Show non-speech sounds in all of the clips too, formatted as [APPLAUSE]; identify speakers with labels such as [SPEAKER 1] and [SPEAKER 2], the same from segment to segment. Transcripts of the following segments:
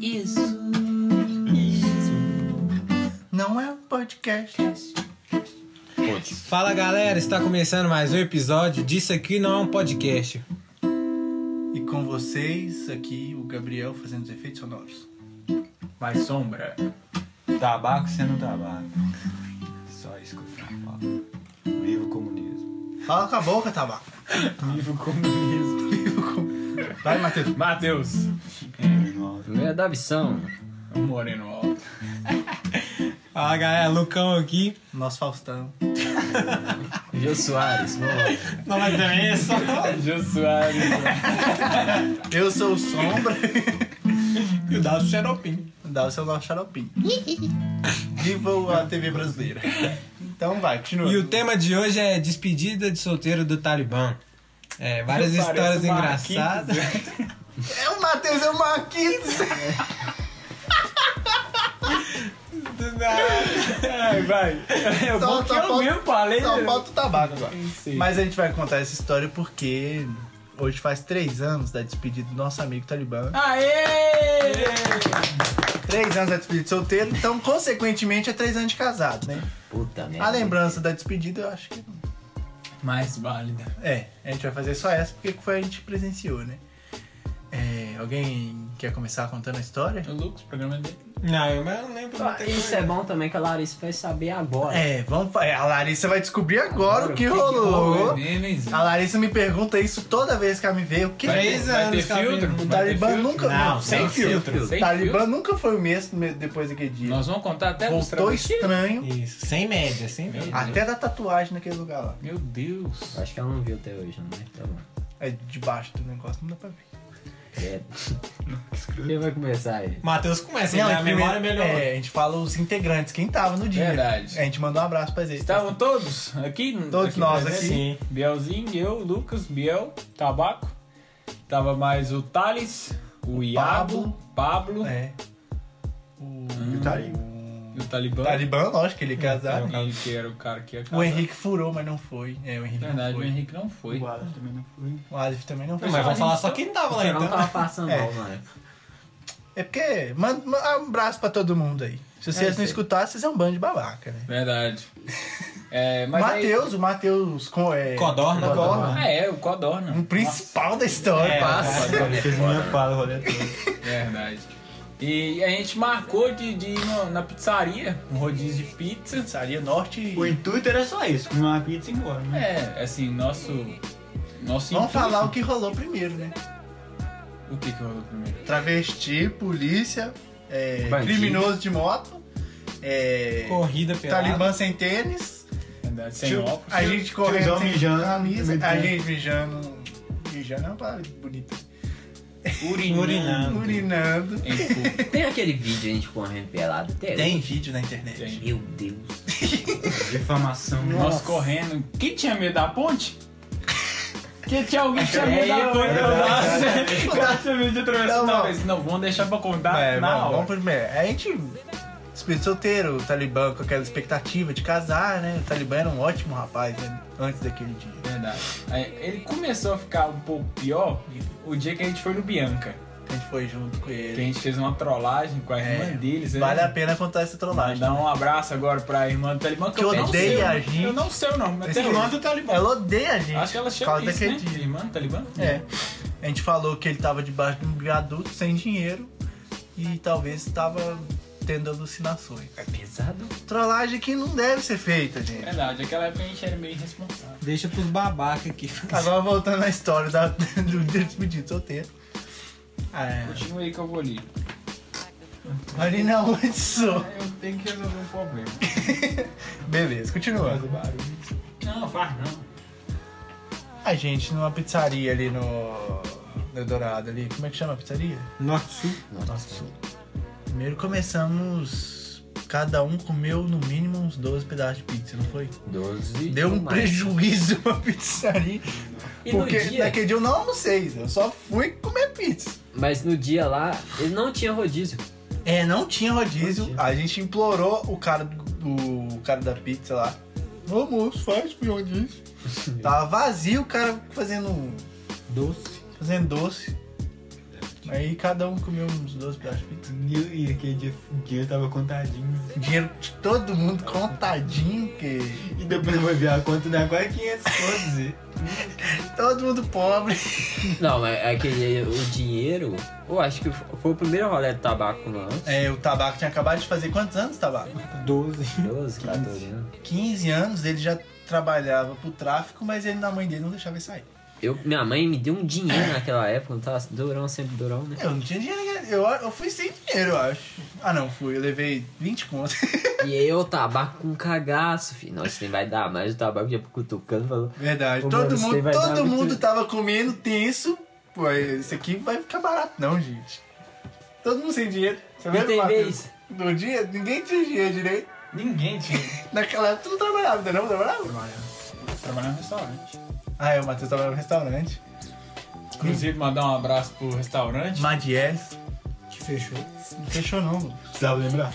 [SPEAKER 1] Isso.
[SPEAKER 2] Isso. Não é um podcast.
[SPEAKER 3] Putz.
[SPEAKER 4] Fala galera, está começando mais um episódio disso aqui não é um podcast.
[SPEAKER 2] E com vocês aqui o Gabriel fazendo os efeitos sonoros.
[SPEAKER 3] Mais sombra. Tabaco sendo tabaco. Só isso que eu falo. Viva o comunismo.
[SPEAKER 2] Fala com a boca, tabaco. [LAUGHS]
[SPEAKER 3] Viva o comunismo.
[SPEAKER 2] Vai, Matheus.
[SPEAKER 5] Matheus,
[SPEAKER 6] Primeiro é da visão.
[SPEAKER 5] o Moreno Alto.
[SPEAKER 4] Fala galera, Lucão aqui.
[SPEAKER 2] Nós Faustão.
[SPEAKER 6] Jô Soares. vamos lá.
[SPEAKER 4] Não, mas também é [LAUGHS] só.
[SPEAKER 5] Jô Soares.
[SPEAKER 2] Eu sou o Sombra. [LAUGHS]
[SPEAKER 4] E o Davi Xeropim.
[SPEAKER 2] Dá o seu nome xaropim. Viva a TV brasileira. Então vai, continua.
[SPEAKER 4] E o tema de hoje é despedida de solteiro do Talibã. É, várias
[SPEAKER 5] Parece
[SPEAKER 4] histórias
[SPEAKER 5] uma
[SPEAKER 4] engraçadas.
[SPEAKER 2] É o Matheus, é o Marquinhos.
[SPEAKER 5] Ai, vai. É o
[SPEAKER 2] Só-
[SPEAKER 5] bom que
[SPEAKER 2] só
[SPEAKER 5] eu
[SPEAKER 2] falta-
[SPEAKER 5] mesmo falei.
[SPEAKER 2] Só
[SPEAKER 5] né?
[SPEAKER 2] falta o tabaco agora.
[SPEAKER 5] Sim.
[SPEAKER 2] Mas a gente vai contar essa história porque hoje faz três anos da despedida do nosso amigo Talibã.
[SPEAKER 5] Ah. Aê!
[SPEAKER 2] Três anos da despedida de solteiro, então, consequentemente, é três anos de casado, né?
[SPEAKER 6] Puta merda.
[SPEAKER 2] A lembrança da despedida, eu acho que.
[SPEAKER 5] Mais válida.
[SPEAKER 2] É, a gente vai fazer só essa porque foi a gente que presenciou, né? É, alguém quer começar contando a história?
[SPEAKER 5] O Lucas, o programa é dele.
[SPEAKER 4] Não, eu não lembro.
[SPEAKER 6] Ah, Isso é bom também que a Larissa vai saber agora.
[SPEAKER 2] É, vamos. fa- A Larissa vai descobrir agora
[SPEAKER 6] Agora,
[SPEAKER 2] o que
[SPEAKER 6] o que que
[SPEAKER 2] rolou.
[SPEAKER 5] Memes.
[SPEAKER 2] A Larissa me pergunta isso toda vez que ela me vê. O que?
[SPEAKER 5] Vai
[SPEAKER 4] Três
[SPEAKER 5] ter- vai ter
[SPEAKER 4] anos, tá
[SPEAKER 5] filtro?
[SPEAKER 4] vendo?
[SPEAKER 2] O
[SPEAKER 5] Vai ter
[SPEAKER 2] Talibã
[SPEAKER 5] filtro?
[SPEAKER 2] nunca.
[SPEAKER 4] Não, sem
[SPEAKER 5] Sem filtro.
[SPEAKER 2] O
[SPEAKER 5] Sem
[SPEAKER 2] Talibã
[SPEAKER 5] filtro.
[SPEAKER 2] nunca foi o mesmo me- depois daquele dia.
[SPEAKER 5] Nós vamos contar até dos
[SPEAKER 2] Voltou
[SPEAKER 5] travestis.
[SPEAKER 2] estranho.
[SPEAKER 4] Isso, sem média, sem média.
[SPEAKER 2] Até da tatuagem naquele lugar lá.
[SPEAKER 5] Meu Deus.
[SPEAKER 6] Eu Acho que ela não viu até hoje, não é? Tá bom.
[SPEAKER 2] É debaixo do negócio, não dá pra ver.
[SPEAKER 6] É. Quem vai começar aí?
[SPEAKER 4] Matheus começa, hein? Assim, a
[SPEAKER 2] primeiro-
[SPEAKER 4] memória melhorou.
[SPEAKER 2] É, a gente fala os integrantes, quem tava no dia.
[SPEAKER 5] Verdade.
[SPEAKER 2] A gente mandou um abraço pra eles.
[SPEAKER 5] Estavam todos aqui?
[SPEAKER 2] Todos
[SPEAKER 5] aqui
[SPEAKER 2] nós
[SPEAKER 5] presentes?
[SPEAKER 2] aqui.
[SPEAKER 4] Sim.
[SPEAKER 5] Bielzinho, eu, Lucas, Biel, Tabaco. Tava mais o Thales, o, Iago, Pablo
[SPEAKER 2] É. O, e o Tali-
[SPEAKER 5] e o Talibã.
[SPEAKER 2] o Talibã, lógico, que ele é casado.
[SPEAKER 5] E que era o cara que ia casar.
[SPEAKER 2] O Henrique furou, mas não foi. É, o Henrique
[SPEAKER 5] Verdade,
[SPEAKER 2] não
[SPEAKER 5] o
[SPEAKER 2] foi.
[SPEAKER 5] Henrique não foi.
[SPEAKER 3] Quadro também não foi.
[SPEAKER 2] O Aleph também não foi.
[SPEAKER 4] Não, mas vamos
[SPEAKER 5] tá
[SPEAKER 4] falar só quem tava lá
[SPEAKER 6] Eu não
[SPEAKER 4] então.
[SPEAKER 6] tava passando
[SPEAKER 2] É.
[SPEAKER 6] mal, mano.
[SPEAKER 2] É porque. Manda manda um abraço pra todo mundo aí. Se vocês não
[SPEAKER 6] sei.
[SPEAKER 2] escutassem, vocês é um bando de babaca, né?
[SPEAKER 5] Verdade. É, mas aí-
[SPEAKER 2] Matheus, o Matheus com. É,
[SPEAKER 4] Codorna.
[SPEAKER 2] Codorna.
[SPEAKER 5] Ah, é, o Codorna.
[SPEAKER 2] Um principal da história.
[SPEAKER 4] É,
[SPEAKER 2] passa.
[SPEAKER 5] Codorna.
[SPEAKER 3] Fez minha pala, rolê todo.
[SPEAKER 5] Verdade. E a gente marcou de, de ir no- na pizzaria, um rodízio de pizza.
[SPEAKER 2] Pizzaria Norte.
[SPEAKER 3] O intuito era só isso, comer uma pizza e ir embora. né?
[SPEAKER 5] É, assim, nosso. Nosso
[SPEAKER 2] Vamos
[SPEAKER 5] intuito-
[SPEAKER 2] falar o que rolou primeiro, né?
[SPEAKER 5] O que que rolou primeiro?
[SPEAKER 2] Travesti, polícia, é,
[SPEAKER 6] Bandido.
[SPEAKER 2] criminoso de moto, é,
[SPEAKER 5] tá
[SPEAKER 4] Corrida pelada.
[SPEAKER 2] talibã sem tênis,
[SPEAKER 5] Verdade, sem
[SPEAKER 2] tio-
[SPEAKER 5] óculos.
[SPEAKER 2] a gente correndo
[SPEAKER 3] tiozão
[SPEAKER 2] sem
[SPEAKER 3] mijando,
[SPEAKER 2] camisa,
[SPEAKER 3] também
[SPEAKER 2] a
[SPEAKER 3] tem.
[SPEAKER 2] gente mijando. Mijando é uma palavra bonita. É.
[SPEAKER 4] Urinando.
[SPEAKER 5] Urinando.
[SPEAKER 2] Urinando.
[SPEAKER 5] Em público.
[SPEAKER 6] Tem aquele vídeo a gente correndo pelado? Tem.
[SPEAKER 2] vídeo na internet.
[SPEAKER 5] Tem.
[SPEAKER 6] Meu Deus.
[SPEAKER 3] Difamação.
[SPEAKER 5] Nós correndo. Quem tinha medo da ponte? Quem tinha alguém que tinha medo
[SPEAKER 6] É,
[SPEAKER 5] da
[SPEAKER 6] eu,
[SPEAKER 5] ponte?
[SPEAKER 6] é
[SPEAKER 5] Nossa, o cara tinha medo de
[SPEAKER 2] Não,
[SPEAKER 5] atravessar.
[SPEAKER 2] não.
[SPEAKER 5] Não, mas não, vamos deixar pra contar
[SPEAKER 2] É,
[SPEAKER 5] Tá na
[SPEAKER 2] vamos,
[SPEAKER 5] hora.
[SPEAKER 2] vamos primeiro. A gente. Espírito solteiro, o Talibã com aquela expectativa de casar, né? O Talibã era um ótimo rapaz né? antes daquele dia.
[SPEAKER 5] Verdade. Aí, Ele começou a ficar um pouco pior o dia que a gente foi no Bianca.
[SPEAKER 2] A gente foi junto com
[SPEAKER 5] Que a
[SPEAKER 2] ele.
[SPEAKER 5] gente fez uma trollagem com a irmã
[SPEAKER 2] É,
[SPEAKER 5] deles. né?
[SPEAKER 2] Vale a pena contar essa trollagem.
[SPEAKER 5] Dá um abraço agora pra irmã do Talibã, que,
[SPEAKER 2] Que
[SPEAKER 5] eu nem
[SPEAKER 2] odeia
[SPEAKER 5] sei,
[SPEAKER 2] a
[SPEAKER 5] eu-
[SPEAKER 2] gente.
[SPEAKER 5] Eu não sei o nome, até
[SPEAKER 2] Esse
[SPEAKER 5] irmã do Talibã.
[SPEAKER 2] Ela odeia a gente.
[SPEAKER 5] Acho que ela
[SPEAKER 2] por
[SPEAKER 5] chama
[SPEAKER 2] causa
[SPEAKER 5] isso, né?
[SPEAKER 2] daquele dia.
[SPEAKER 5] Irmã do Talibã?
[SPEAKER 2] É. A gente falou que ele tava debaixo de um viaduto, sem dinheiro, e talvez tava tendo alucinações.
[SPEAKER 6] É pesado.
[SPEAKER 2] Trollagem que não deve ser feita, gente.
[SPEAKER 5] Verdade, aquela época a gente era meio irresponsável.
[SPEAKER 4] Deixa pros babaca aqui.
[SPEAKER 2] Agora voltando à história da, do despedido solteiro. É,
[SPEAKER 5] Continua aí que eu vou ali.
[SPEAKER 2] Marina onde sou?
[SPEAKER 5] Eu tenho que resolver um problema.
[SPEAKER 2] [LAUGHS] Beleza, continua.
[SPEAKER 5] Não, faz não.
[SPEAKER 2] A gente numa pizzaria ali no. No Dourado ali. Como é que chama a pizzaria?
[SPEAKER 4] Norte Sul.
[SPEAKER 2] Nossa. Primeiro começamos. Cada um comeu no mínimo uns 12 pedaços de pizza, não foi?
[SPEAKER 6] 12.
[SPEAKER 2] Deu um
[SPEAKER 6] mais.
[SPEAKER 2] prejuízo [LAUGHS] pra pizzaria.
[SPEAKER 5] E
[SPEAKER 2] porque
[SPEAKER 5] no dia,
[SPEAKER 2] naquele dia eu não almocei, eu só fui comer pizza.
[SPEAKER 6] Mas no dia lá, ele não tinha rodízio.
[SPEAKER 2] É, não tinha rodízio.
[SPEAKER 6] Não tinha.
[SPEAKER 2] A gente implorou o cara do, o cara da pizza lá. Ô moço, faz pro [LAUGHS] rodízio. Tava vazio o cara fazendo.
[SPEAKER 4] Doce.
[SPEAKER 2] fazendo doce. Aí cada um comeu uns 12 pedaços de pizza.
[SPEAKER 3] E aquele dia, dia tava contadinho.
[SPEAKER 2] Dinheiro de todo mundo contadinho, que
[SPEAKER 3] E depois eu vou ver a conta, né? Quase 500 contos.
[SPEAKER 2] todo mundo pobre.
[SPEAKER 6] Não, mas aquele, o dinheiro. Eu acho que foi o primeiro rolê de tabaco no ano.
[SPEAKER 2] [LAUGHS] É, o Tabaco tinha acabado de fazer quantos anos, Tabaco?
[SPEAKER 7] 12.
[SPEAKER 6] 12, 14 anos.
[SPEAKER 2] 15 anos, ele já trabalhava pro tráfico, mas ele na mãe dele não deixava ele sair.
[SPEAKER 6] Eu, minha mãe me deu um dinheiro naquela época, não tava durão, sempre durão, né?
[SPEAKER 2] Eu não tinha dinheiro, né? eu, eu fui sem dinheiro, eu acho. Ah, não, fui, eu levei 20 contas.
[SPEAKER 6] E eu, tabaco com cagaço, filho. Não, isso nem vai dar mais. O tabaco já cutucando falou.
[SPEAKER 2] [LAUGHS] Verdade,
[SPEAKER 6] Ô,
[SPEAKER 2] todo
[SPEAKER 6] mano, você
[SPEAKER 2] mundo,
[SPEAKER 6] vai dar
[SPEAKER 2] todo
[SPEAKER 6] muito-
[SPEAKER 2] mundo tava comendo tenso. Pô, esse aqui vai ficar barato, não, gente. Todo mundo sem dinheiro. Você
[SPEAKER 6] Não
[SPEAKER 2] lembra,
[SPEAKER 6] tem
[SPEAKER 2] Matheus?
[SPEAKER 6] vez.
[SPEAKER 2] No dia, ninguém tinha dinheiro direito.
[SPEAKER 3] Ninguém tinha.
[SPEAKER 2] Naquela época, tu não trabalhava, ainda não trabalhava?
[SPEAKER 5] Trabalhar no restaurante.
[SPEAKER 2] Ah, é, o Matheus trabalhava no restaurante.
[SPEAKER 5] Inclusive, mandar um abraço pro restaurante.
[SPEAKER 2] Madielis.
[SPEAKER 7] Que fechou.
[SPEAKER 2] Não fechou, não. mano.
[SPEAKER 3] Precisava lembrar.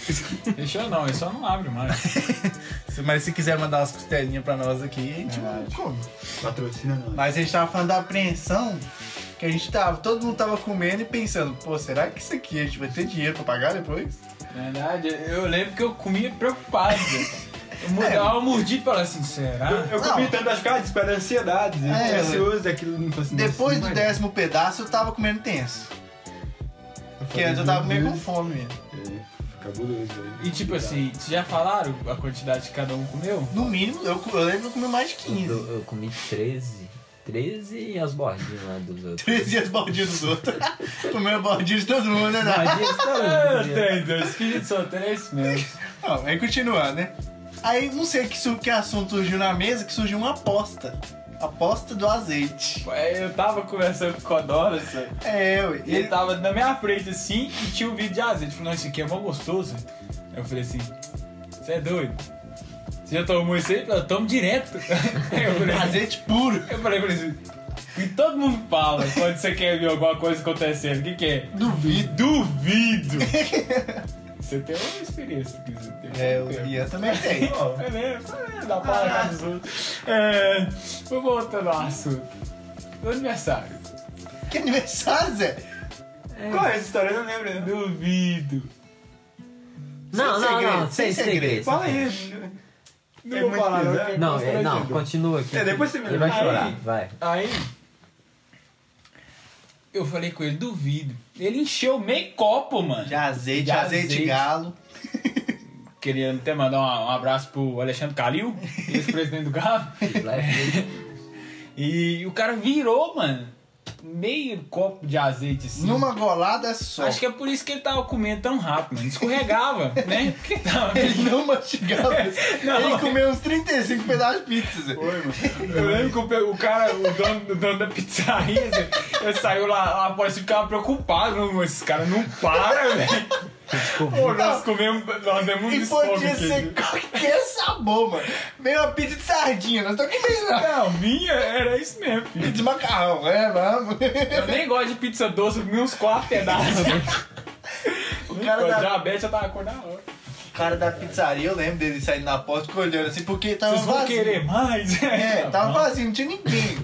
[SPEAKER 5] Deixa eu não, ele só não abre mais.
[SPEAKER 2] Se- Mas se quiser mandar umas costelinhas pra nós aqui, a
[SPEAKER 6] É.
[SPEAKER 2] gente
[SPEAKER 3] Verdade.
[SPEAKER 2] come.
[SPEAKER 3] Patrocina nós.
[SPEAKER 2] Mas a gente tava falando da apreensão que a gente tava, todo mundo tava comendo e pensando, pô, será que isso aqui a gente vai ter dinheiro pra pagar depois?
[SPEAKER 5] Na verdade, eu lembro que eu comia preocupado. Eu
[SPEAKER 2] É.
[SPEAKER 5] mudava o mordido e falava assim, será?
[SPEAKER 3] Eu, eu comi
[SPEAKER 2] Não.
[SPEAKER 3] tanto as caras, espero ansiedade. Eu
[SPEAKER 2] É,
[SPEAKER 3] fiquei
[SPEAKER 2] eu-
[SPEAKER 3] ansioso daquilo, não fosse
[SPEAKER 2] Depois do
[SPEAKER 3] não,
[SPEAKER 2] décimo pedaço eu tava comendo tenso. Porque antes eu tava meio com fome mesmo.
[SPEAKER 3] É, Cabuloso. né?
[SPEAKER 5] E tipo assim, vocês já falaram a quantidade que cada um [LAUGHS] comeu?
[SPEAKER 2] No mínimo, eu, co- eu lembro que eu comi mais de
[SPEAKER 6] Eu,
[SPEAKER 2] 15.
[SPEAKER 6] eu comi 13. 13 e as bordinhas lá dos outros.
[SPEAKER 2] 13 as baldias dos outros. [LAUGHS] Comeu a baldia de todo mundo, né? Não.
[SPEAKER 6] Bordinhas
[SPEAKER 5] [LAUGHS] Ah,
[SPEAKER 6] todo dia.
[SPEAKER 5] tem dois filhos, só três mesmo.
[SPEAKER 2] Não, aí continuando, né? Aí não sei que, su- que assunto surgiu na mesa, que surgiu uma aposta. Aposta do azeite.
[SPEAKER 5] É, Eu tava conversando com o Codora, sabe?
[SPEAKER 2] É, ué.
[SPEAKER 5] E ele tava na minha frente assim e tinha um vídeo de azeite. Ele falou, não, isso aqui é mó gostoso. Eu falei assim, você é doido? Você já tomou isso aí? Ele falou, Eu tomo direto. [LAUGHS] Aí eu falei, assim-
[SPEAKER 2] Azeite puro.
[SPEAKER 5] eu falei pra ele assim, e todo mundo fala quando você quer ver alguma coisa acontecendo, o que, que é?
[SPEAKER 2] Duvido.
[SPEAKER 5] Duvido! você tem uma experiência que você tem.
[SPEAKER 2] É, [LAUGHS] o Ian também tem.
[SPEAKER 5] É mesmo, é, dá pra largar dos outros. É, vou voltando ao assunto. Do aniversário.
[SPEAKER 2] Que aniversário, Zé?
[SPEAKER 3] Qual é essa história? Eu não lembro. não.
[SPEAKER 5] Duvido.
[SPEAKER 6] Não,
[SPEAKER 2] [LAUGHS]
[SPEAKER 6] não, não.
[SPEAKER 2] Sem segredo,
[SPEAKER 6] Sem
[SPEAKER 2] sem segredo.
[SPEAKER 6] segredo.
[SPEAKER 3] Fala aí.
[SPEAKER 5] Não
[SPEAKER 3] É
[SPEAKER 5] vou
[SPEAKER 3] muito
[SPEAKER 5] falar, não.
[SPEAKER 3] pesado.
[SPEAKER 6] Não, é, não,
[SPEAKER 5] Constrangedor.
[SPEAKER 6] continua aqui.
[SPEAKER 3] É, depois você me
[SPEAKER 6] Ele vai
[SPEAKER 5] Aí-
[SPEAKER 6] chorar, vai. Tá,
[SPEAKER 5] [LAUGHS] Aí eu falei com ele, duvido. Ele encheu meio copo, mano.
[SPEAKER 2] De azeite,
[SPEAKER 5] De
[SPEAKER 2] azeite,
[SPEAKER 5] azeite.
[SPEAKER 2] galo.
[SPEAKER 5] Queria até mandar um, um abraço pro Alexandre Calil, ex-presidente do Galo.
[SPEAKER 6] Lá é-
[SPEAKER 5] E o cara virou, mano, meio copo de azeite assim.
[SPEAKER 2] Numa golada só.
[SPEAKER 5] Acho que é por isso que ele tava comendo tão rápido, mano. Escorregava, né? Porque tava...
[SPEAKER 2] Ele não [LAUGHS] mastigava.
[SPEAKER 5] Não.
[SPEAKER 2] Ele comeu uns 35 pedaços de pizza, Zé.
[SPEAKER 5] Foi, mano. Eu lembro que o pe- o cara, o dono, o dono da pizzaria, Zé, ele saiu lá, lá após ficava preocupado. Não, mas esse cara não para, velho. Pô, nós comemos, nós demos um
[SPEAKER 2] E
[SPEAKER 5] desfogo
[SPEAKER 2] podia
[SPEAKER 5] aqui.
[SPEAKER 2] ser
[SPEAKER 5] viu?
[SPEAKER 2] qualquer sabor, mano. Veio uma pizza de sardinha, nós tô aqui imaginando.
[SPEAKER 5] Não, minha era isso mesmo, filho.
[SPEAKER 2] Pizza de macarrão, é, vamos.
[SPEAKER 5] Eu nem gosto de pizza doce, eu comi uns quatro pedaços.
[SPEAKER 2] O
[SPEAKER 5] O
[SPEAKER 2] cara,
[SPEAKER 5] cara
[SPEAKER 2] da,
[SPEAKER 5] diabetes já tava acordando na hora.
[SPEAKER 2] o cara da pizzaria, eu lembro dele saindo na porta, ficou olhando assim, porque tava
[SPEAKER 5] Vocês vão
[SPEAKER 2] vazio.
[SPEAKER 5] querer mais?
[SPEAKER 2] É,
[SPEAKER 5] tá-
[SPEAKER 2] tava vazio, não tinha ninguém.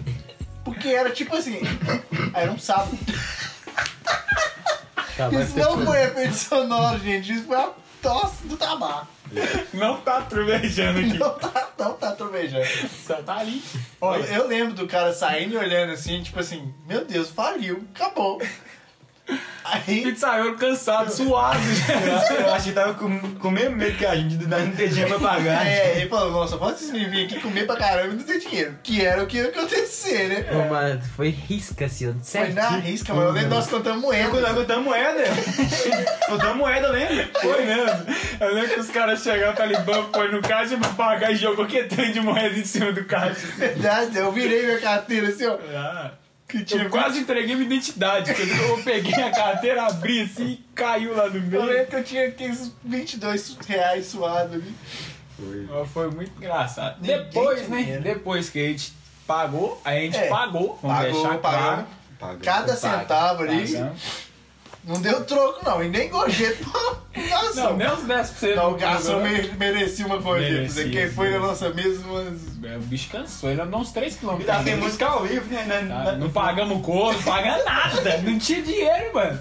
[SPEAKER 2] Porque era tipo assim, era um sábado.
[SPEAKER 6] Tá, vai
[SPEAKER 2] Isso não foi efeito sonoro, gente, isso foi a tosse do tabaco.
[SPEAKER 5] Não tá trovejando aqui.
[SPEAKER 2] Não tá, não tá trovejando.
[SPEAKER 5] Só tá ali.
[SPEAKER 2] Eu,
[SPEAKER 5] Olha,
[SPEAKER 2] eu lembro do cara saindo e olhando assim, tipo assim, meu Deus, faliu, acabou. Aí,
[SPEAKER 5] pizzaiolo cansado, suado.
[SPEAKER 3] Eu acho que tava com, com o mesmo medo que a gente de dar não ter dinheiro pra pagar.
[SPEAKER 2] é, ele falou, nossa, pode vocês me virem aqui comer pra caramba e não ter dinheiro. Que era o que ia acontecer, né?
[SPEAKER 5] É.
[SPEAKER 6] Ô, mano, foi risca, assim, ó,
[SPEAKER 2] Foi na
[SPEAKER 6] certinho.
[SPEAKER 2] risca, mas eu lembro nós contamos
[SPEAKER 3] Eu quando nós
[SPEAKER 2] moeda.
[SPEAKER 3] contamos moeda, contamos moeda, eu lembro.
[SPEAKER 5] Foi mesmo. Eu lembro que os caras chegaram, o Talibã foi no caixa pra pagar e jogou que tanto de moeda em cima do caixa. assim.
[SPEAKER 2] Verdade, eu virei minha carteira assim, ó.
[SPEAKER 5] Ah,
[SPEAKER 2] Que tinha
[SPEAKER 5] Eu quase entreguei minha identidade. Quando eu peguei a carteira, abri assim e caiu lá no
[SPEAKER 2] Eu
[SPEAKER 5] meio.
[SPEAKER 2] lembro que eu tinha aqueles 22 reais suado ali.
[SPEAKER 5] Mas Foi muito engraçado.
[SPEAKER 2] Ninguém
[SPEAKER 5] Depois,
[SPEAKER 2] tinha
[SPEAKER 5] né?
[SPEAKER 2] dinheiro.
[SPEAKER 5] Depois que a gente pagou, a gente
[SPEAKER 2] É.
[SPEAKER 5] pagou. Vamos
[SPEAKER 2] Pagou,
[SPEAKER 5] deixar
[SPEAKER 2] pagou.
[SPEAKER 5] claro.
[SPEAKER 3] Paga.
[SPEAKER 5] né?
[SPEAKER 2] Cada centavo ali.
[SPEAKER 5] Pagamos.
[SPEAKER 2] Não deu troco, não. E nem gorjeta [LAUGHS] pro garçom.
[SPEAKER 5] Não, nem né? os 10%.
[SPEAKER 2] Então, o garçom mere- merecia uma gorjeta. né?
[SPEAKER 5] Merecia,
[SPEAKER 2] Quem foi na
[SPEAKER 5] merecia.
[SPEAKER 2] nossa mesa, mas...
[SPEAKER 5] É, O bicho cansou, ele andou uns 3km.
[SPEAKER 3] E tá tem música ao vivo, né? Na- na-
[SPEAKER 5] Não pagamos couro, não pagamos nada. Não tinha dinheiro, mano.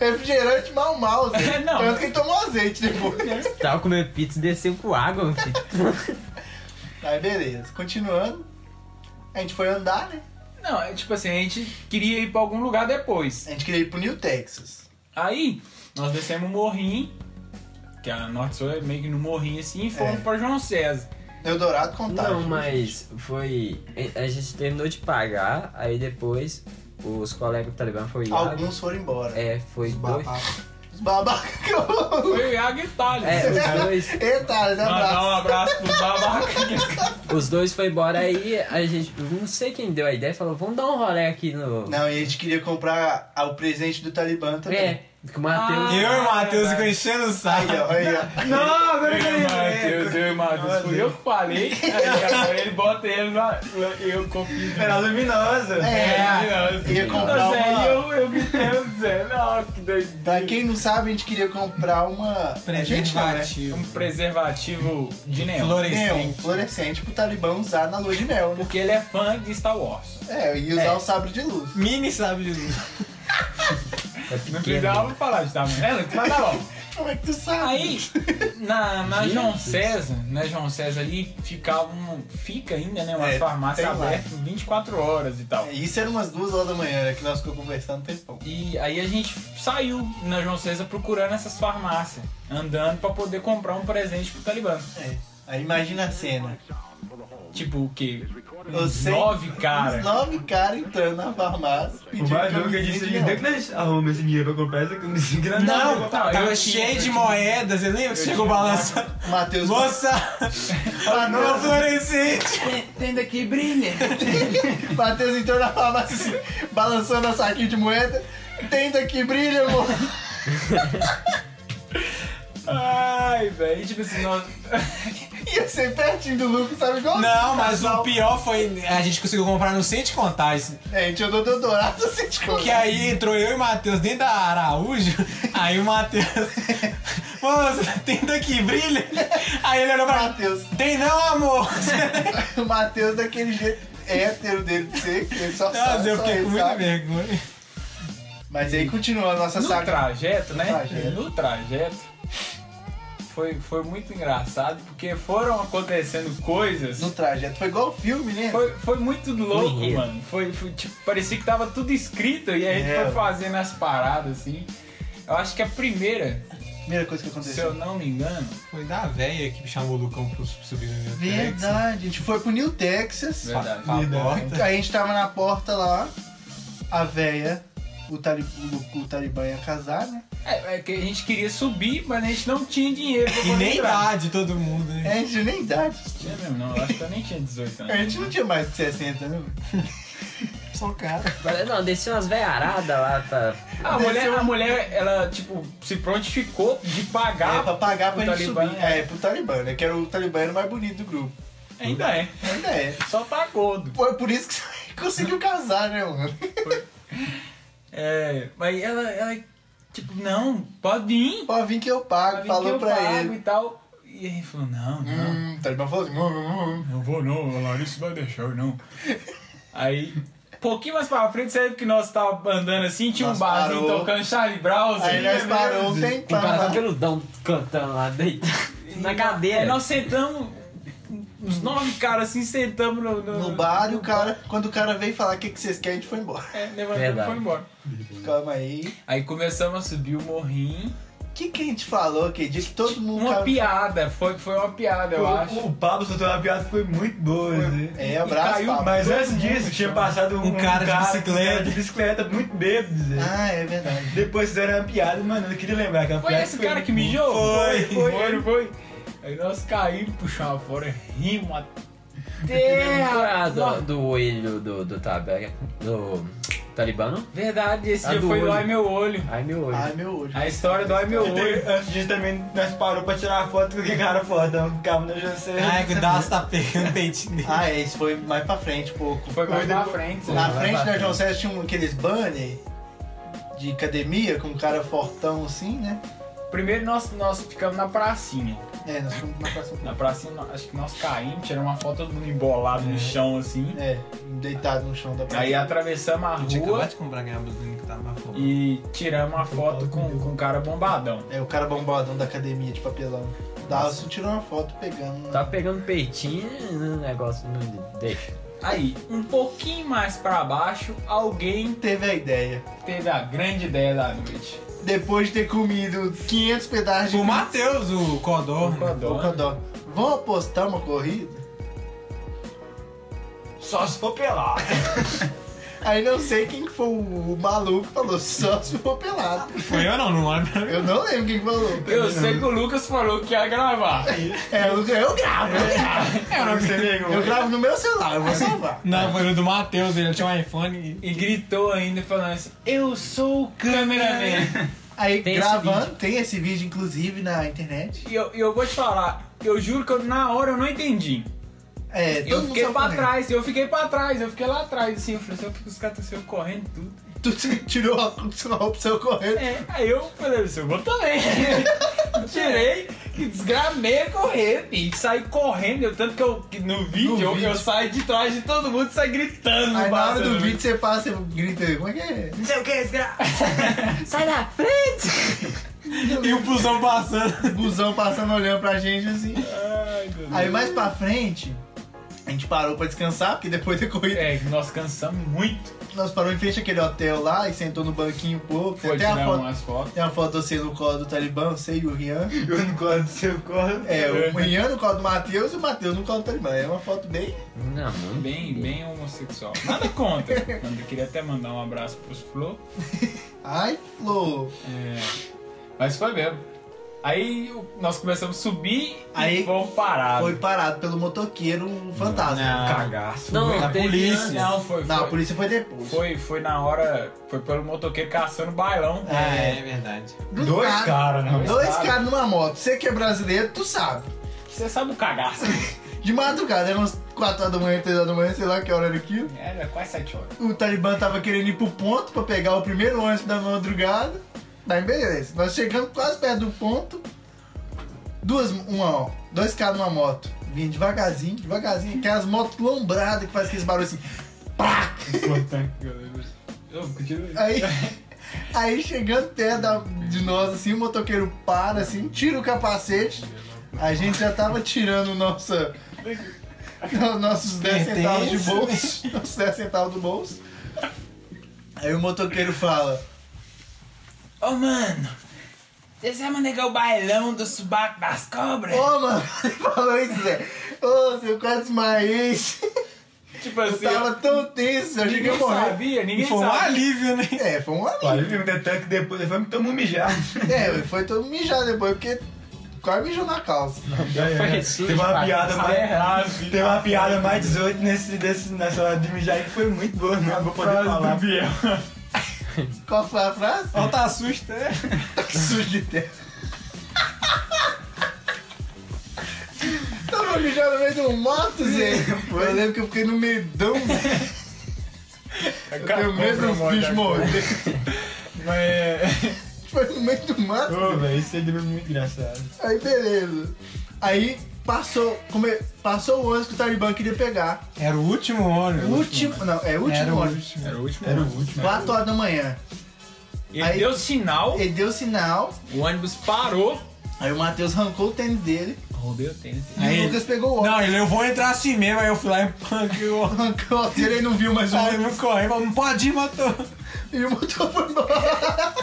[SPEAKER 2] Refrigerante mal,
[SPEAKER 5] [LAUGHS]
[SPEAKER 2] mal, Zé.
[SPEAKER 5] É, não.
[SPEAKER 2] Tanto que ele tomou azeite depois.
[SPEAKER 5] [LAUGHS]
[SPEAKER 6] Tava comendo pizza e desceu com água, filho.
[SPEAKER 2] Tá, Aí, beleza. Continuando. A gente foi andar, né?
[SPEAKER 5] Não, é tipo assim, a gente queria ir pra algum lugar depois.
[SPEAKER 2] A gente queria ir pro New Texas.
[SPEAKER 5] Aí, nós descemos um morrinho, que a Norte Sul é meio que no morrinho assim, e fomos
[SPEAKER 2] É.
[SPEAKER 5] pra João César.
[SPEAKER 2] Eldorado Contagem.
[SPEAKER 6] Não, mas foi. A gente terminou de pagar, aí depois os colegas do Talibã foi lá.
[SPEAKER 2] Alguns foram embora.
[SPEAKER 6] É, foi
[SPEAKER 2] Os
[SPEAKER 6] dois.
[SPEAKER 2] babacas. Os babacas que [LAUGHS] eu...
[SPEAKER 5] Foi o Iago e o Thales.
[SPEAKER 6] É, os dois.
[SPEAKER 2] Eita,
[SPEAKER 5] Mandar um
[SPEAKER 2] abraço.
[SPEAKER 5] abraço pro babaca.
[SPEAKER 6] Os dois foi embora aí, a gente. Não sei quem deu a ideia, falou, vamos dar um rolê aqui no.
[SPEAKER 2] Não, e a gente queria comprar a- o presente do Talibã também.
[SPEAKER 6] É, com o Matheus.
[SPEAKER 4] Eu e o Matheus ficam enchendo o
[SPEAKER 2] Aí,
[SPEAKER 4] saco.
[SPEAKER 2] ó, aí,
[SPEAKER 6] [LAUGHS]
[SPEAKER 2] ó.
[SPEAKER 4] Não, agora que
[SPEAKER 5] Eu
[SPEAKER 4] eu lembrei.
[SPEAKER 5] e o Matheus, eu e o Matheus. Fui eu que falei. Aí agora ele bota ele lá. Eu confio.
[SPEAKER 3] Era luminosa.
[SPEAKER 2] É, ia comprar
[SPEAKER 5] Zé,
[SPEAKER 2] uma... Tá
[SPEAKER 5] eu, eu me lembro, Zé. Não, que doido.
[SPEAKER 2] Pra quem não sabe, a gente queria comprar uma... A gente não, né?
[SPEAKER 4] Preservativo.
[SPEAKER 5] Um preservativo de
[SPEAKER 3] é?
[SPEAKER 5] neon.
[SPEAKER 2] Neon,
[SPEAKER 4] Florescente.
[SPEAKER 2] fluorescente pro Talibã usar na lua de mel, né?
[SPEAKER 5] Porque ele é fã de Star Wars.
[SPEAKER 2] É, e usar o sabre de luz.
[SPEAKER 4] Mini sabe de luz.
[SPEAKER 6] É
[SPEAKER 5] Não
[SPEAKER 6] pequeno.
[SPEAKER 5] precisava falar de Star Wars. né? Mas tá
[SPEAKER 2] [LAUGHS]
[SPEAKER 5] bom.
[SPEAKER 2] Como é que tu sabe?
[SPEAKER 5] Aí, na, na João César, na João César ali, ficava um, fica ainda, né? Uma
[SPEAKER 2] É,
[SPEAKER 5] farmácia
[SPEAKER 2] tem lá.
[SPEAKER 5] aberta 24 horas e tal.
[SPEAKER 2] É, Isso era umas duas horas da manhã, né? Que nós ficamos conversando um tempão.
[SPEAKER 5] E aí a gente saiu na João César procurando essas farmácias, andando pra poder comprar um presente pro Talibã.
[SPEAKER 2] É. Aí imagina a cena.
[SPEAKER 5] Tipo o quê?
[SPEAKER 2] Você-
[SPEAKER 5] Nove cara.
[SPEAKER 2] Os nove caras entrando na farmácia
[SPEAKER 3] O é
[SPEAKER 2] pedindo.
[SPEAKER 3] Bajuca
[SPEAKER 2] camisinha
[SPEAKER 3] disse
[SPEAKER 2] de
[SPEAKER 3] que
[SPEAKER 2] neon.
[SPEAKER 3] Douglas arruma esse dinheiro pra comprar essa camisinha grandona.
[SPEAKER 4] Não,
[SPEAKER 5] tá,
[SPEAKER 4] tava
[SPEAKER 5] eu tinha-
[SPEAKER 4] cheio
[SPEAKER 5] eu
[SPEAKER 4] de
[SPEAKER 5] tinha-
[SPEAKER 4] moedas. Você lembra? Você chegou balançando.
[SPEAKER 2] Matheus. [LAUGHS]
[SPEAKER 4] Moça!
[SPEAKER 2] Ah, não.
[SPEAKER 4] Uma florescente!
[SPEAKER 5] Tem daqui brilha.
[SPEAKER 2] Matheus entrou na farmácia assim, balançando a saquinho de moeda. Tenta que brilha, amor. [LAUGHS]
[SPEAKER 5] Ai, velho. E tipo assim, nós.
[SPEAKER 2] Ia ser pertinho do lucro, sabe igual?
[SPEAKER 4] Não, mas o pior foi. A gente conseguiu comprar no centro de contagem.
[SPEAKER 2] É, a gente andou do dourado assim de
[SPEAKER 4] Que aí entrou eu e o Matheus dentro da Araújo. Aí o Matheus. [LAUGHS] Moça, tem daqui, brilha! Aí ele olhou pra mim.
[SPEAKER 2] Matheus.
[SPEAKER 4] Tem não, amor!
[SPEAKER 2] O Matheus daquele jeito hétero dele de ser, que ele só
[SPEAKER 4] Nossa,
[SPEAKER 2] sabe.
[SPEAKER 4] Ah, eu
[SPEAKER 2] só
[SPEAKER 4] fiquei
[SPEAKER 2] ele
[SPEAKER 4] com muita
[SPEAKER 2] sabe.
[SPEAKER 4] vergonha.
[SPEAKER 2] Mas aí continua a nossa
[SPEAKER 5] No
[SPEAKER 2] saga.
[SPEAKER 5] trajeto, né?
[SPEAKER 2] No trajeto.
[SPEAKER 5] No trajeto. Foi, foi muito engraçado, porque foram acontecendo coisas.
[SPEAKER 2] No trajeto. Foi igual o filme, né?
[SPEAKER 5] Foi, foi muito louco,
[SPEAKER 6] Foi.
[SPEAKER 5] mano. Foi, foi, tipo, parecia que tava tudo escrito e a gente
[SPEAKER 2] É.
[SPEAKER 5] foi fazendo as paradas, assim. Eu acho que a primeira,
[SPEAKER 2] Primeira coisa que
[SPEAKER 5] se
[SPEAKER 2] aconteceu.
[SPEAKER 5] eu não me engano,
[SPEAKER 4] Foi da velha que chamou o Lucão pro subir no meu
[SPEAKER 2] Verdade, a gente foi pro New Texas.
[SPEAKER 5] verdade.
[SPEAKER 4] Pra porta.
[SPEAKER 2] A gente tava na porta lá, a véia, o, tali, o, o Talibã ia casar, né?
[SPEAKER 5] É, é que a gente queria subir, mas a gente não tinha dinheiro pra
[SPEAKER 4] E
[SPEAKER 5] poder
[SPEAKER 4] nem
[SPEAKER 5] entrar.
[SPEAKER 4] dá de todo mundo, né?
[SPEAKER 2] É, a gente nem idade.
[SPEAKER 5] Tinha mesmo, não. Eu acho que eu nem tinha 18
[SPEAKER 2] A [LAUGHS]
[SPEAKER 5] anos.
[SPEAKER 2] gente não tinha mais de 60, né? Só cara.
[SPEAKER 6] Falei, Não, desceu umas veiaradas lá tá, pra.
[SPEAKER 5] A mulher, a mulher, ela, tipo, se prontificou de
[SPEAKER 2] É,
[SPEAKER 5] pagar.
[SPEAKER 2] pra pagar pra
[SPEAKER 5] O
[SPEAKER 2] gente
[SPEAKER 5] Talibã,
[SPEAKER 2] subir.
[SPEAKER 5] é.
[SPEAKER 2] É, pro Talibã, né? Que era o Talibã era o mais bonito do grupo.
[SPEAKER 5] Ainda é.
[SPEAKER 2] Ainda é.
[SPEAKER 5] Só tá gordo.
[SPEAKER 2] Foi por isso que você [LAUGHS] conseguiu casar, né, mano?
[SPEAKER 5] É, mas ela, ela, tipo, não, pode vir.
[SPEAKER 2] Ó, vim que eu pago,
[SPEAKER 5] Pode vir que
[SPEAKER 2] falou
[SPEAKER 5] eu
[SPEAKER 2] pra
[SPEAKER 5] pago então.
[SPEAKER 2] ele.
[SPEAKER 5] e tal. E ele falou, não, não.
[SPEAKER 2] Hum, o Talibã falou assim. hum, hum, hum.
[SPEAKER 5] Não vou não, a Larissa vai deixar eu não. Aí, pouquinho mais pra frente, sabe que nós tava andando assim, tinha
[SPEAKER 2] Nós
[SPEAKER 5] um barzinho
[SPEAKER 2] parou.
[SPEAKER 5] tocando Charlie Brown. assim.
[SPEAKER 2] Aí nós parou um
[SPEAKER 6] O
[SPEAKER 2] tempão.
[SPEAKER 6] cara tá
[SPEAKER 2] lá.
[SPEAKER 5] [LAUGHS]
[SPEAKER 6] peludão cantando lá [LAUGHS] dentro. Na cadeira.
[SPEAKER 5] Aí nós sentamos, uns nove caras assim, sentamos no,
[SPEAKER 2] No bar e o cara, quando o cara veio falar o que, que vocês querem, a gente foi embora.
[SPEAKER 5] É, levantou e
[SPEAKER 6] Verdade.
[SPEAKER 5] foi embora.
[SPEAKER 2] Calma aí.
[SPEAKER 5] Aí começamos a subir o morrinho.
[SPEAKER 2] O que, que a gente falou aquele dia que todo mundo.
[SPEAKER 5] Uma
[SPEAKER 2] caiu-
[SPEAKER 5] piada, foi, foi uma piada,
[SPEAKER 2] Um
[SPEAKER 5] eu acho.
[SPEAKER 3] O, o Pablo soltou uma piada que foi muito boa, né?
[SPEAKER 2] É, abraço.
[SPEAKER 5] Caiu,
[SPEAKER 2] Pablo.
[SPEAKER 3] Mas antes disso, tinha passado um,
[SPEAKER 4] Um cara de bicicleta.
[SPEAKER 3] um cara de bicicleta, muito bêbado, Zé.
[SPEAKER 2] Ah, é verdade.
[SPEAKER 3] Depois fizeram uma piada, mano, eu queria lembrar aquela
[SPEAKER 5] Né? Foi
[SPEAKER 3] piada
[SPEAKER 5] esse cara que mijou?
[SPEAKER 3] Foi,
[SPEAKER 5] foi,
[SPEAKER 3] foi.
[SPEAKER 5] foi. foi. Aí nós caímos, puxamos fora, rimos até.
[SPEAKER 6] Ah,
[SPEAKER 5] Nossa,
[SPEAKER 6] do, do olho do, do, Tabé- do Talibã, não?
[SPEAKER 5] Verdade, esse
[SPEAKER 6] Ah,
[SPEAKER 5] dia
[SPEAKER 6] do
[SPEAKER 5] foi
[SPEAKER 6] olho.
[SPEAKER 5] do Ai Meu Olho.
[SPEAKER 6] Ai, meu olho.
[SPEAKER 2] Ai, meu olho.
[SPEAKER 5] A história do Ai Meu
[SPEAKER 3] E teve-
[SPEAKER 5] Olho.
[SPEAKER 3] antes disso também, nós parou pra tirar a foto com aquele cara foda, ficava na
[SPEAKER 2] É,
[SPEAKER 3] José.
[SPEAKER 4] Ai, que o Dallas tá pegando o peitinho dele.
[SPEAKER 2] Ah, é, isso foi mais pra frente um pouco.
[SPEAKER 5] Foi mais
[SPEAKER 3] Foi
[SPEAKER 5] pra
[SPEAKER 3] do-
[SPEAKER 5] frente. né?
[SPEAKER 2] Na
[SPEAKER 6] Vai
[SPEAKER 2] frente né,
[SPEAKER 6] pra
[SPEAKER 2] da João César tinha um- aqueles banner de academia com um cara fortão assim, né?
[SPEAKER 5] Primeiro nós, nós ficamos na pracinha.
[SPEAKER 2] É, nós fomos na praça.
[SPEAKER 5] Na pracinha, nós- acho que nós caímos, tiramos uma foto todo mundo embolado no chão, assim.
[SPEAKER 2] É, deitado no chão da praça.
[SPEAKER 5] Aí atravessamos a
[SPEAKER 4] Eu tinha acabado
[SPEAKER 5] rua
[SPEAKER 4] de comprar aquela blusinha que tava na roupa.
[SPEAKER 5] e tiramos uma foto com, com um cara bombadão.
[SPEAKER 2] É, o cara bombadão da academia de papelão. Dawson tirou uma foto pegando.
[SPEAKER 6] Tá pegando peitinho no negócio, não deixa.
[SPEAKER 5] Aí, um pouquinho mais pra baixo, alguém
[SPEAKER 2] Teve a ideia.
[SPEAKER 5] teve a grande ideia da noite.
[SPEAKER 2] Depois de ter comido 500 pedaços de
[SPEAKER 4] O Matheus, o Codorna.
[SPEAKER 2] Ô, Codó, Vão apostar uma corrida?
[SPEAKER 5] Só se for pelado.
[SPEAKER 2] Aí não sei quem que foi o maluco que falou só se for pelado.
[SPEAKER 4] Foi eu não, não olha pra mim.
[SPEAKER 2] Eu não lembro quem que falou.
[SPEAKER 5] Eu sei que o Lucas falou que ia gravar.
[SPEAKER 2] É, eu, eu gravo, eu
[SPEAKER 4] [LAUGHS] Eu É, não sei.
[SPEAKER 2] gravo. Eu gravo no meu celular, eu vou salvar.
[SPEAKER 4] Não, foi o do Matheus, ele tinha um iPhone e...
[SPEAKER 5] E gritou ainda falando assim, eu sou o cameraman.
[SPEAKER 2] Aí
[SPEAKER 6] Tem esse
[SPEAKER 2] gravando, tem esse vídeo inclusive na internet.
[SPEAKER 5] E eu, e eu vou te falar, eu juro que eu, na hora eu não entendi.
[SPEAKER 2] É, todo
[SPEAKER 5] Eu
[SPEAKER 2] mundo
[SPEAKER 5] fiquei
[SPEAKER 2] saiu
[SPEAKER 5] pra
[SPEAKER 2] correndo.
[SPEAKER 5] trás, eu fiquei pra trás, eu fiquei lá atrás, assim, eu falei assim, "Por que os caras estão correndo e tudo.
[SPEAKER 2] Tu [LAUGHS] tirou a sua opção correndo.
[SPEAKER 5] É, aí eu falei assim, eu vou
[SPEAKER 2] [LAUGHS]
[SPEAKER 5] também. Tirei, e desgramei a correr, e saí correndo, eu, tanto que eu que no vídeo,
[SPEAKER 2] No
[SPEAKER 5] eu,
[SPEAKER 2] vídeo.
[SPEAKER 5] eu saio de trás de todo mundo e saio gritando. no
[SPEAKER 2] Aí na hora do
[SPEAKER 5] bastante.
[SPEAKER 2] vídeo você passa e grita, como é que é?
[SPEAKER 5] Não sei o que, desgra...
[SPEAKER 6] Sai da frente!
[SPEAKER 4] E o busão passando.
[SPEAKER 2] O busão passando olhando pra gente assim.
[SPEAKER 5] Ai, meu Deus.
[SPEAKER 2] Aí mais pra frente, a gente parou pra descansar, porque depois da corrida
[SPEAKER 5] É, nós cansamos muito.
[SPEAKER 2] Nós paramos em frente àquele hotel lá e sentou no banquinho um pouco. Tem
[SPEAKER 5] Foi
[SPEAKER 2] até a
[SPEAKER 5] tirar
[SPEAKER 2] foto,
[SPEAKER 5] umas fotos.
[SPEAKER 2] tem uma foto de você no colo do Talibã, você e o Rian.
[SPEAKER 3] Eu não gosto do seu corpo.
[SPEAKER 2] É, o Rian no colo do Matheus e o Matheus no colo do Talibã. É uma foto bem.
[SPEAKER 6] Não, não.
[SPEAKER 5] Bem, bem homossexual. Nada contra. Eu queria até mandar um abraço pros Flo.
[SPEAKER 2] Ai, Flo!
[SPEAKER 5] É, mas foi mesmo. Aí o- nós começamos a subir
[SPEAKER 2] Aí
[SPEAKER 5] e fomos parados.
[SPEAKER 2] Foi parado pelo motoqueiro um fantasma.
[SPEAKER 5] cagaço.
[SPEAKER 6] Não,
[SPEAKER 4] A
[SPEAKER 6] teve
[SPEAKER 4] polícia.
[SPEAKER 6] antes.
[SPEAKER 5] Não, foi,
[SPEAKER 2] Não, a
[SPEAKER 5] foi,
[SPEAKER 2] polícia foi depois.
[SPEAKER 5] foi, foi na hora. Foi pelo motoqueiro caçando bailão.
[SPEAKER 4] É, é verdade.
[SPEAKER 2] Do
[SPEAKER 3] Dois
[SPEAKER 2] nada.
[SPEAKER 3] caras, não.
[SPEAKER 2] Dois
[SPEAKER 5] Sabe?
[SPEAKER 2] caras numa moto. Você que é brasileiro, tu sabe.
[SPEAKER 5] Você sabe
[SPEAKER 2] [LAUGHS]
[SPEAKER 5] o cagaço.
[SPEAKER 2] De madrugada, eram umas 4 horas da manhã, 3 horas da manhã, sei lá que hora era aquilo.
[SPEAKER 5] Era quase sete horas.
[SPEAKER 2] o Talibã tava querendo ir pro ponto pra pegar o primeiro ônibus da madrugada. Daí beleza. Nós chegamos quase perto do ponto. Duas, uma, ó, dois caras numa moto. Vinha devagarzinho, devagarzinho. Aquelas motos lombradas que faz aqueles barulhos assim. Pá!
[SPEAKER 5] Eu, continua.
[SPEAKER 2] Aí, aí chegando perto da- de nós, assim, o motoqueiro para, assim, tira o capacete. A gente já tava tirando nossa, no- nossos 10 centavos de bolso. [LAUGHS] Nossos 10 centavos do bolso. Aí o motoqueiro fala.
[SPEAKER 5] Ô mano, vocês vão negar é o bailão do subaco das
[SPEAKER 2] Ô,
[SPEAKER 5] cobras?
[SPEAKER 2] mano, [LAUGHS] ele falou isso, Zé. Ô, seu eu quase desmaiei. [LAUGHS]
[SPEAKER 5] tipo
[SPEAKER 2] Eu tava tão tenso, eu achei que ia
[SPEAKER 5] ninguém
[SPEAKER 2] morrer.
[SPEAKER 5] sabia, ninguém
[SPEAKER 4] Foi um
[SPEAKER 5] sabia.
[SPEAKER 4] alívio, né?
[SPEAKER 2] É, foi um alívio.
[SPEAKER 3] Olha, eu vi um detalhe que depois ele foi me tomar um mijado.
[SPEAKER 2] É, foi todo mijado depois, porque quase mijou na calça.
[SPEAKER 5] É,
[SPEAKER 6] foi sujo,
[SPEAKER 3] Teve uma
[SPEAKER 6] cara.
[SPEAKER 3] piada
[SPEAKER 5] Tá
[SPEAKER 3] mais.
[SPEAKER 5] errado.
[SPEAKER 3] Teve uma piada mais 18 nesse, desse, nessa hora de mijar aí que foi muito boa, não vou poder falar.
[SPEAKER 2] Qual foi a frase?
[SPEAKER 4] Ó, tá assusta. né?
[SPEAKER 2] Sujo de terra. Tava mijando no meio de um mato, Zé. Eu lembro que eu fiquei no medão. Eu tenho medo dos bichos morder.
[SPEAKER 5] Mas.
[SPEAKER 2] Foi no meio do mato.
[SPEAKER 3] Ô, velho, isso aí deu muito engraçado.
[SPEAKER 2] Aí beleza. Aí passou, come- passou o ônibus que o Talibã queria pegar.
[SPEAKER 4] Era o último ônibus.
[SPEAKER 2] Último, não, é último
[SPEAKER 4] Era o
[SPEAKER 2] ônibus.
[SPEAKER 4] último.
[SPEAKER 5] Era o último.
[SPEAKER 3] Era o último.
[SPEAKER 2] 4 horas da manhã.
[SPEAKER 5] Ele
[SPEAKER 2] Aí-
[SPEAKER 5] deu sinal,
[SPEAKER 2] Ele deu sinal,
[SPEAKER 5] o ônibus parou.
[SPEAKER 2] aí o Matheus arrancou o tênis dele
[SPEAKER 5] Roubei o tênis.
[SPEAKER 2] e o
[SPEAKER 4] Aí,
[SPEAKER 2] Lucas pegou o ônibus.
[SPEAKER 4] não, ele, eu vou entrar assim mesmo, aí eu fui lá e panquei o ônibus.
[SPEAKER 2] Arrancou o tênis e não viu mais o
[SPEAKER 4] Aí
[SPEAKER 2] ônibus.
[SPEAKER 4] eu corri, falou, não pode ir, matou.
[SPEAKER 2] E o motor foi embora.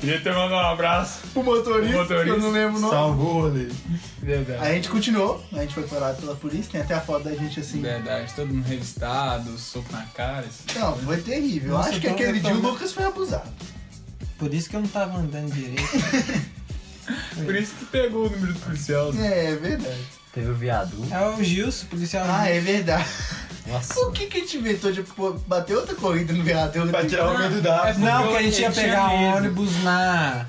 [SPEAKER 5] Queria ter mandado um abraço.
[SPEAKER 2] O motorista,
[SPEAKER 5] O motorista.
[SPEAKER 2] que eu não lembro o nome.
[SPEAKER 3] Salvou o rolê.
[SPEAKER 5] Verdade.
[SPEAKER 2] Aí a gente continuou, a gente foi parado pela polícia, tem até a foto da gente assim.
[SPEAKER 5] Verdade, todo mundo revistado, soco na cara. isso.
[SPEAKER 2] Não, foi terrível.
[SPEAKER 4] Nossa,
[SPEAKER 2] Acho que
[SPEAKER 4] eu tô-
[SPEAKER 2] aquele
[SPEAKER 4] eu tô
[SPEAKER 2] dia o
[SPEAKER 4] vendo.
[SPEAKER 2] Lucas foi abusado.
[SPEAKER 4] Por isso que eu não tava andando direito.
[SPEAKER 5] Por isso que pegou o número do policial.
[SPEAKER 2] É, é verdade.
[SPEAKER 6] Teve o viaduto.
[SPEAKER 4] É o Gilson, policial.
[SPEAKER 2] Ah, é verdade. [LAUGHS]
[SPEAKER 6] Nossa.
[SPEAKER 2] Por que, que a gente inventou de pô, bater outra corrida no viaduto?
[SPEAKER 3] Pra tirar o medo da
[SPEAKER 5] é-
[SPEAKER 4] Não, porque a gente ia
[SPEAKER 5] Ele tinha
[SPEAKER 4] pegar
[SPEAKER 5] medo.
[SPEAKER 4] ônibus na,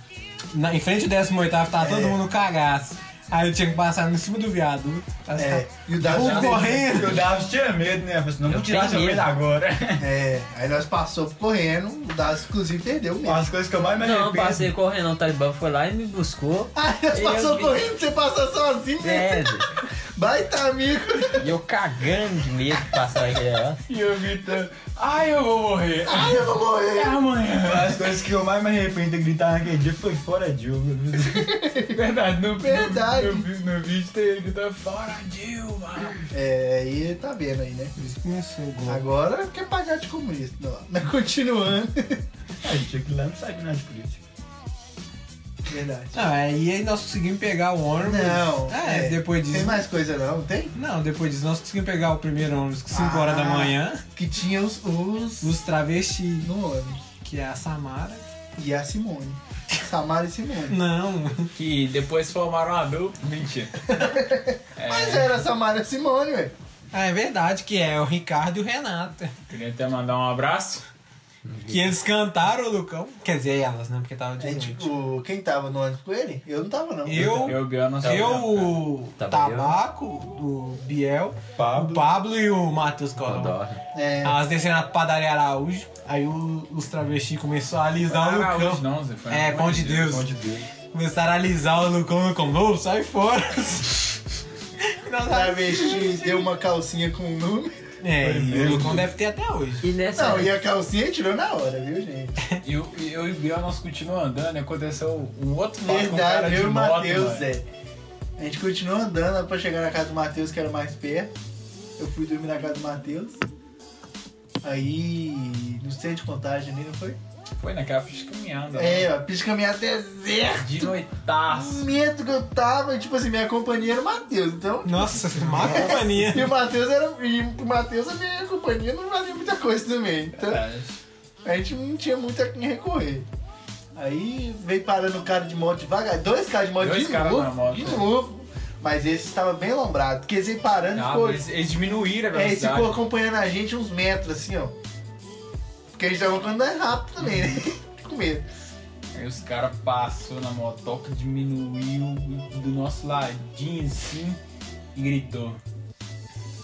[SPEAKER 4] na- Em frente do 18 tava
[SPEAKER 2] É.
[SPEAKER 4] todo mundo no cagaço. Aí eu tinha que passar em cima do viaduto. As
[SPEAKER 8] É,
[SPEAKER 2] E o Davi
[SPEAKER 4] Vou
[SPEAKER 2] já-
[SPEAKER 4] correndo.
[SPEAKER 3] E o Davi tinha medo, né? Eu falei, não vou
[SPEAKER 6] Eu
[SPEAKER 3] tirar
[SPEAKER 6] tenho
[SPEAKER 3] seu medo
[SPEAKER 6] medo.
[SPEAKER 3] agora.
[SPEAKER 2] É, aí nós passou correndo, o Davi inclusive perdeu o medo.
[SPEAKER 3] As coisas que eu mais me
[SPEAKER 6] Não,
[SPEAKER 3] arrependo.
[SPEAKER 6] eu passei correndo, o Talibã foi lá e me buscou.
[SPEAKER 2] Aí nós
[SPEAKER 6] Eu
[SPEAKER 2] passou
[SPEAKER 6] vi-
[SPEAKER 2] correndo, você passou sozinho. né?
[SPEAKER 6] É,
[SPEAKER 2] Baita amigo.
[SPEAKER 6] e eu cagando de medo de passar aquele negócio.
[SPEAKER 5] E eu gritando, ai, eu vou morrer.
[SPEAKER 2] [LAUGHS]
[SPEAKER 5] É
[SPEAKER 2] Ai, eu vou morrer.
[SPEAKER 3] As coisas que eu mais me arrependo de gritar naquele dia foi fora de jogo.
[SPEAKER 5] Verdade, no,
[SPEAKER 2] Verdade.
[SPEAKER 5] No, no, no vídeo tem ele gritando, fora Dilma.
[SPEAKER 2] É, aí tá vendo aí, né?
[SPEAKER 4] Começou o gol.
[SPEAKER 2] Agora quer pagar de comunista. Não, mas continuando.
[SPEAKER 3] A [LAUGHS] gente tinha que ir lá não sabe nada de política.
[SPEAKER 2] Verdade.
[SPEAKER 4] Não, é, aí aí nós conseguimos pegar o ônibus.
[SPEAKER 2] Não.
[SPEAKER 4] É, depois disso.
[SPEAKER 2] Tem mais coisa não, tem?
[SPEAKER 4] Não, depois disso nós conseguimos pegar o primeiro ônibus, 5 horas da
[SPEAKER 2] Ah.
[SPEAKER 4] manhã,
[SPEAKER 2] Que tinha os. os...
[SPEAKER 4] os travestis,
[SPEAKER 2] No ônibus.
[SPEAKER 4] que é a Samara.
[SPEAKER 2] E a Simone. Samara e Simone.
[SPEAKER 4] Não.
[SPEAKER 5] Que depois formaram a dupla. Mentira.
[SPEAKER 2] Mas era Samara e Simone, ué.
[SPEAKER 4] Ah, é verdade que é o Ricardo e o Renato.
[SPEAKER 5] Queria até mandar um abraço.
[SPEAKER 4] Que eles cantaram o Lucão. Quer dizer, elas, né? Porque tava de
[SPEAKER 2] É,
[SPEAKER 4] noite.
[SPEAKER 2] tipo, quem tava no ônibus com ele? Eu não tava, não.
[SPEAKER 4] eu, eu,
[SPEAKER 5] Eu, Biel,
[SPEAKER 3] É
[SPEAKER 5] não sei.
[SPEAKER 4] o
[SPEAKER 6] Tava
[SPEAKER 4] Tabaco, o Biel, o
[SPEAKER 3] Tá Pablo.
[SPEAKER 4] Pablo e o Matheus Codó.
[SPEAKER 6] Codó.
[SPEAKER 2] É,
[SPEAKER 4] Elas desceram na padaria Araújo, aí o- os travestis começaram a alisar o
[SPEAKER 5] Araújo,
[SPEAKER 4] Lucão.
[SPEAKER 5] não, Zé. Foi
[SPEAKER 4] É,
[SPEAKER 5] pelo amor
[SPEAKER 4] pão de Deus.
[SPEAKER 3] Pelo amor de Deus.
[SPEAKER 4] Começaram a alisar o Lucão, o Lucão, "Ô, sai fora. [LAUGHS] Nós-
[SPEAKER 2] travesti deu uma calcinha com o número.
[SPEAKER 4] É, e o Lucão deve ter até hoje.
[SPEAKER 6] E nessa.
[SPEAKER 2] Não, e a calcinha tirou na hora, viu, gente?
[SPEAKER 5] E eu, e eu e o Biel, nós continuamos andando e aconteceu um outro fato com um cara
[SPEAKER 2] Verdade,
[SPEAKER 5] de
[SPEAKER 2] eu e o
[SPEAKER 5] moto,
[SPEAKER 2] Matheus,
[SPEAKER 5] mano.
[SPEAKER 2] Zé. A gente continuou andando pra chegar na casa do Matheus, que era mais perto. Eu fui dormir na casa do Matheus. Aí, no centro de contagem ali, não foi?
[SPEAKER 5] Foi naquela ficha caminhada.
[SPEAKER 2] É, a pista caminhar deserto.
[SPEAKER 5] De noitaço.
[SPEAKER 2] O medo que eu tava, tipo assim, minha companhia era o Matheus, então.
[SPEAKER 4] Nossa, [LAUGHS] má companhia.
[SPEAKER 2] E o Matheus era. E o Matheus, a minha companhia não valia muita coisa também. Então, a gente não tinha muito a quem recorrer. Aí veio parando o cara de moto devagar, dois caras de moto
[SPEAKER 5] Dois
[SPEAKER 2] de
[SPEAKER 5] caras
[SPEAKER 2] novo,
[SPEAKER 5] na moto,
[SPEAKER 2] de
[SPEAKER 5] é.
[SPEAKER 2] novo. Mas esse estava bem alombrado, porque eles veio parando e
[SPEAKER 5] Ah,
[SPEAKER 2] ficou,
[SPEAKER 5] mas eles diminuíram a
[SPEAKER 2] é, eles
[SPEAKER 5] velocidade.
[SPEAKER 2] ficou acompanhando a gente uns metros assim, ó. Porque a gente tava andando rápido também, né? [LAUGHS]
[SPEAKER 5] Uhum.
[SPEAKER 2] Com medo.
[SPEAKER 5] Aí os caras passou na motoca, diminuiu do nosso ladinho assim e gritou.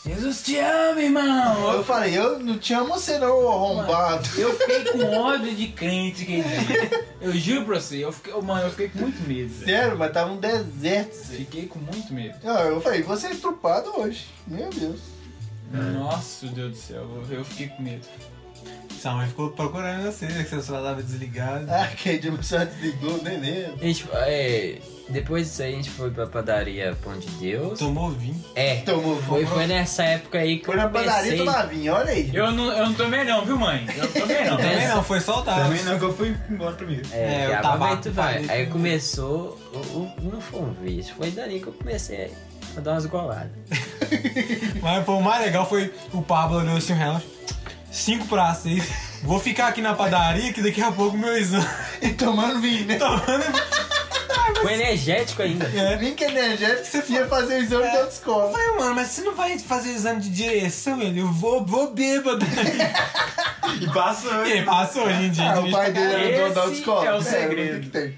[SPEAKER 5] Jesus te ama, irmão!
[SPEAKER 2] Eu falei, eu não te amo você não, ô arrombado.
[SPEAKER 5] Eu fiquei com ódio de crente aquele dia. Eu juro pra você, eu fiquei, oh, mano, eu fiquei com muito medo. Zé.
[SPEAKER 2] Sério, mas tava um deserto. assim.
[SPEAKER 5] Fiquei com muito medo.
[SPEAKER 2] Ó, Eu falei, você é estrupado hoje. Meu Deus. [LAUGHS]
[SPEAKER 5] Nossa, Deus do céu, eu- eu fiquei com medo.
[SPEAKER 4] Sua mãe ficou procurando você, que seu celular tava desligado.
[SPEAKER 2] Ah, que a dimensão desligou, nem lembro.
[SPEAKER 6] A gente, é, depois disso aí a gente foi pra padaria Pão de Deus.
[SPEAKER 4] Tomou vinho.
[SPEAKER 6] É.
[SPEAKER 2] Tomou
[SPEAKER 6] Foi, foi nessa época aí que
[SPEAKER 2] Foi
[SPEAKER 6] eu
[SPEAKER 2] na padaria
[SPEAKER 6] comecei-
[SPEAKER 2] tomar vinho, olha aí.
[SPEAKER 5] Eu não, eu não tomei não, viu mãe? Eu não tomei não.
[SPEAKER 6] Também
[SPEAKER 4] Também não, foi soltado.
[SPEAKER 3] Também não, que eu fui embora primeiro.
[SPEAKER 6] É,
[SPEAKER 4] É, o
[SPEAKER 6] eu
[SPEAKER 4] tabaco
[SPEAKER 6] vai.
[SPEAKER 4] vai.
[SPEAKER 6] Aí começou. o- o- não foi um vício, foi dali que eu comecei a dar umas goladas.
[SPEAKER 4] Mas pô, o mais legal foi o Pablo olhou assim o relógio. 5 pra 6. Vou ficar aqui na padaria que daqui a pouco meu exame tá
[SPEAKER 2] E [LAUGHS] tomando vinho, né?
[SPEAKER 4] tomando.
[SPEAKER 6] Foi energético
[SPEAKER 2] [LAUGHS]
[SPEAKER 6] ainda.
[SPEAKER 2] Vinho que é energético,
[SPEAKER 4] Você
[SPEAKER 2] você ia fazer o exame da
[SPEAKER 4] Eu
[SPEAKER 2] autoescola.
[SPEAKER 4] falei, mano, mas você não vai fazer exame de direção, ele? Eu vou, vou bêbado.
[SPEAKER 3] E passou.
[SPEAKER 4] e aí, passou hoje em dia.
[SPEAKER 2] Ah, o pai dele era o dono da
[SPEAKER 5] Esse
[SPEAKER 2] autoescola.
[SPEAKER 5] é o
[SPEAKER 2] o
[SPEAKER 5] segredo.
[SPEAKER 2] que tem.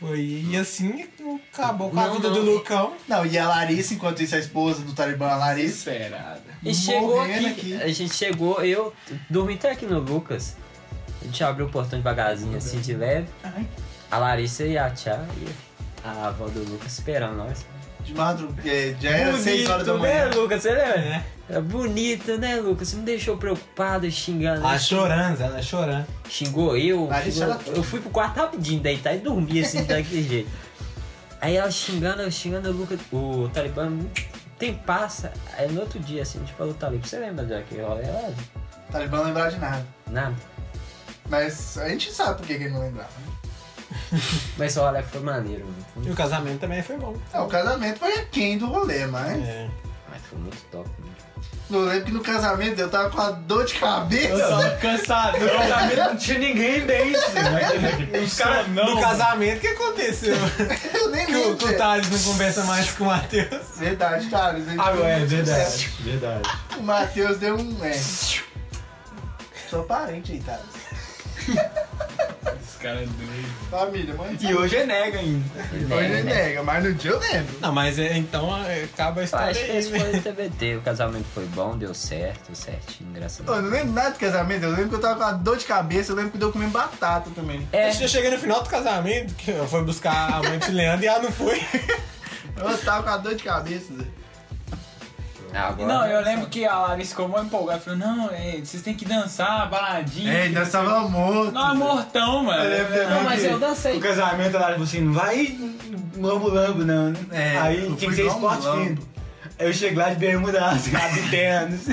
[SPEAKER 4] Foi, e assim acabou com a
[SPEAKER 2] Não,
[SPEAKER 4] vida
[SPEAKER 2] não.
[SPEAKER 4] do Lucão.
[SPEAKER 2] Não, e a Larissa, enquanto isso, a esposa do Talibã, a Larissa.
[SPEAKER 5] Desesperada.
[SPEAKER 6] E chegou
[SPEAKER 2] Morrendo
[SPEAKER 6] aqui,
[SPEAKER 2] aqui.
[SPEAKER 6] A gente chegou, eu dormi até aqui no Lucas. A gente abriu o portão devagarzinho assim de leve. A Larissa e a Tia e a avó do Lucas esperando nós.
[SPEAKER 2] De madrugada, é, já era 6 horas da
[SPEAKER 6] né,
[SPEAKER 2] manhã.
[SPEAKER 6] Lucas? Você lembra?
[SPEAKER 2] né?
[SPEAKER 4] É.
[SPEAKER 6] Era bonito, né, Lucas? Você me deixou preocupado xingando. né?
[SPEAKER 4] Ela chorando, ela chorando.
[SPEAKER 6] Xingou eu.
[SPEAKER 2] Larissa,
[SPEAKER 6] xingou-
[SPEAKER 2] ela-
[SPEAKER 6] Eu fui pro quarto rapidinho deitar e dormi assim
[SPEAKER 2] [LAUGHS]
[SPEAKER 6] daquele jeito. Aí ela xingando, eu xingando o Lucas. O Talibã. Tem passa. Aí no outro dia, assim, a gente falou, Talibã, você lembra daquele rolê? Ela,
[SPEAKER 2] O Talibã não lembrava de nada.
[SPEAKER 6] Nada.
[SPEAKER 2] Mas a gente sabe por que que ele não lembrava.
[SPEAKER 6] Mas só olha, foi maneiro, mano. Foi
[SPEAKER 4] E
[SPEAKER 6] muito-
[SPEAKER 4] o casamento também foi bom.
[SPEAKER 2] Ah, o casamento foi aquém do rolê, mas.
[SPEAKER 4] É.
[SPEAKER 6] Mas foi muito top, mano.
[SPEAKER 2] Eu lembro que no casamento eu tava com a dor de [LAUGHS]
[SPEAKER 3] Eu
[SPEAKER 2] cabeça.
[SPEAKER 3] só cansado. No casamento não tinha ninguém dentro. Mas os caras
[SPEAKER 4] No casamento, o que aconteceu?
[SPEAKER 2] Eu nem
[SPEAKER 4] que o,
[SPEAKER 2] lembro.
[SPEAKER 4] que o Thales não conversa mais com o Matheus.
[SPEAKER 2] Verdade, Thales. ele
[SPEAKER 3] Ah,
[SPEAKER 2] foi
[SPEAKER 3] é
[SPEAKER 2] muito
[SPEAKER 3] verdade.
[SPEAKER 2] sucesso.
[SPEAKER 3] Verdade.
[SPEAKER 2] O Matheus deu um. É. Sou parente aí, Thales.
[SPEAKER 5] Os caras doidos.
[SPEAKER 2] Família, mãe.
[SPEAKER 3] E hoje é nega ainda.
[SPEAKER 2] Hoje é nega, mas no dia eu lembro.
[SPEAKER 4] Não, mas é, então é, acaba a história
[SPEAKER 6] Ah, Acho que
[SPEAKER 4] aí,
[SPEAKER 6] esse
[SPEAKER 4] né?
[SPEAKER 6] foi o TBT. O casamento foi bom, deu certo, certinho, graças
[SPEAKER 2] Pô,
[SPEAKER 6] a
[SPEAKER 2] eu
[SPEAKER 6] Deus.
[SPEAKER 2] não lembro nada do casamento, eu lembro que eu tava com uma dor de cabeça, eu lembro que eu comendo batata também.
[SPEAKER 6] É,
[SPEAKER 4] Eu cheguei no final do casamento, que eu fui buscar a mãe de Leandro e ela não foi.
[SPEAKER 2] Eu tava com uma dor de cabeça. Zé.
[SPEAKER 6] agora.
[SPEAKER 5] Não, eu lembro que a Larissa ficou mó empolgada. Falou, não, é, vocês têm que dançar, baladinha.
[SPEAKER 2] É, nós tava morto.
[SPEAKER 5] Não, é mortão, mano.
[SPEAKER 6] Não, mas eu dancei.
[SPEAKER 3] O casamento lá, tipo assim, não vai lambo-lambo, não. né?
[SPEAKER 2] É,
[SPEAKER 3] Aí
[SPEAKER 2] eu
[SPEAKER 3] tinha
[SPEAKER 2] fui
[SPEAKER 3] que ser esporte
[SPEAKER 2] lambo-lambo.
[SPEAKER 3] fino. Aí eu chego lá de bermuda [LAUGHS] rasgada e ternos.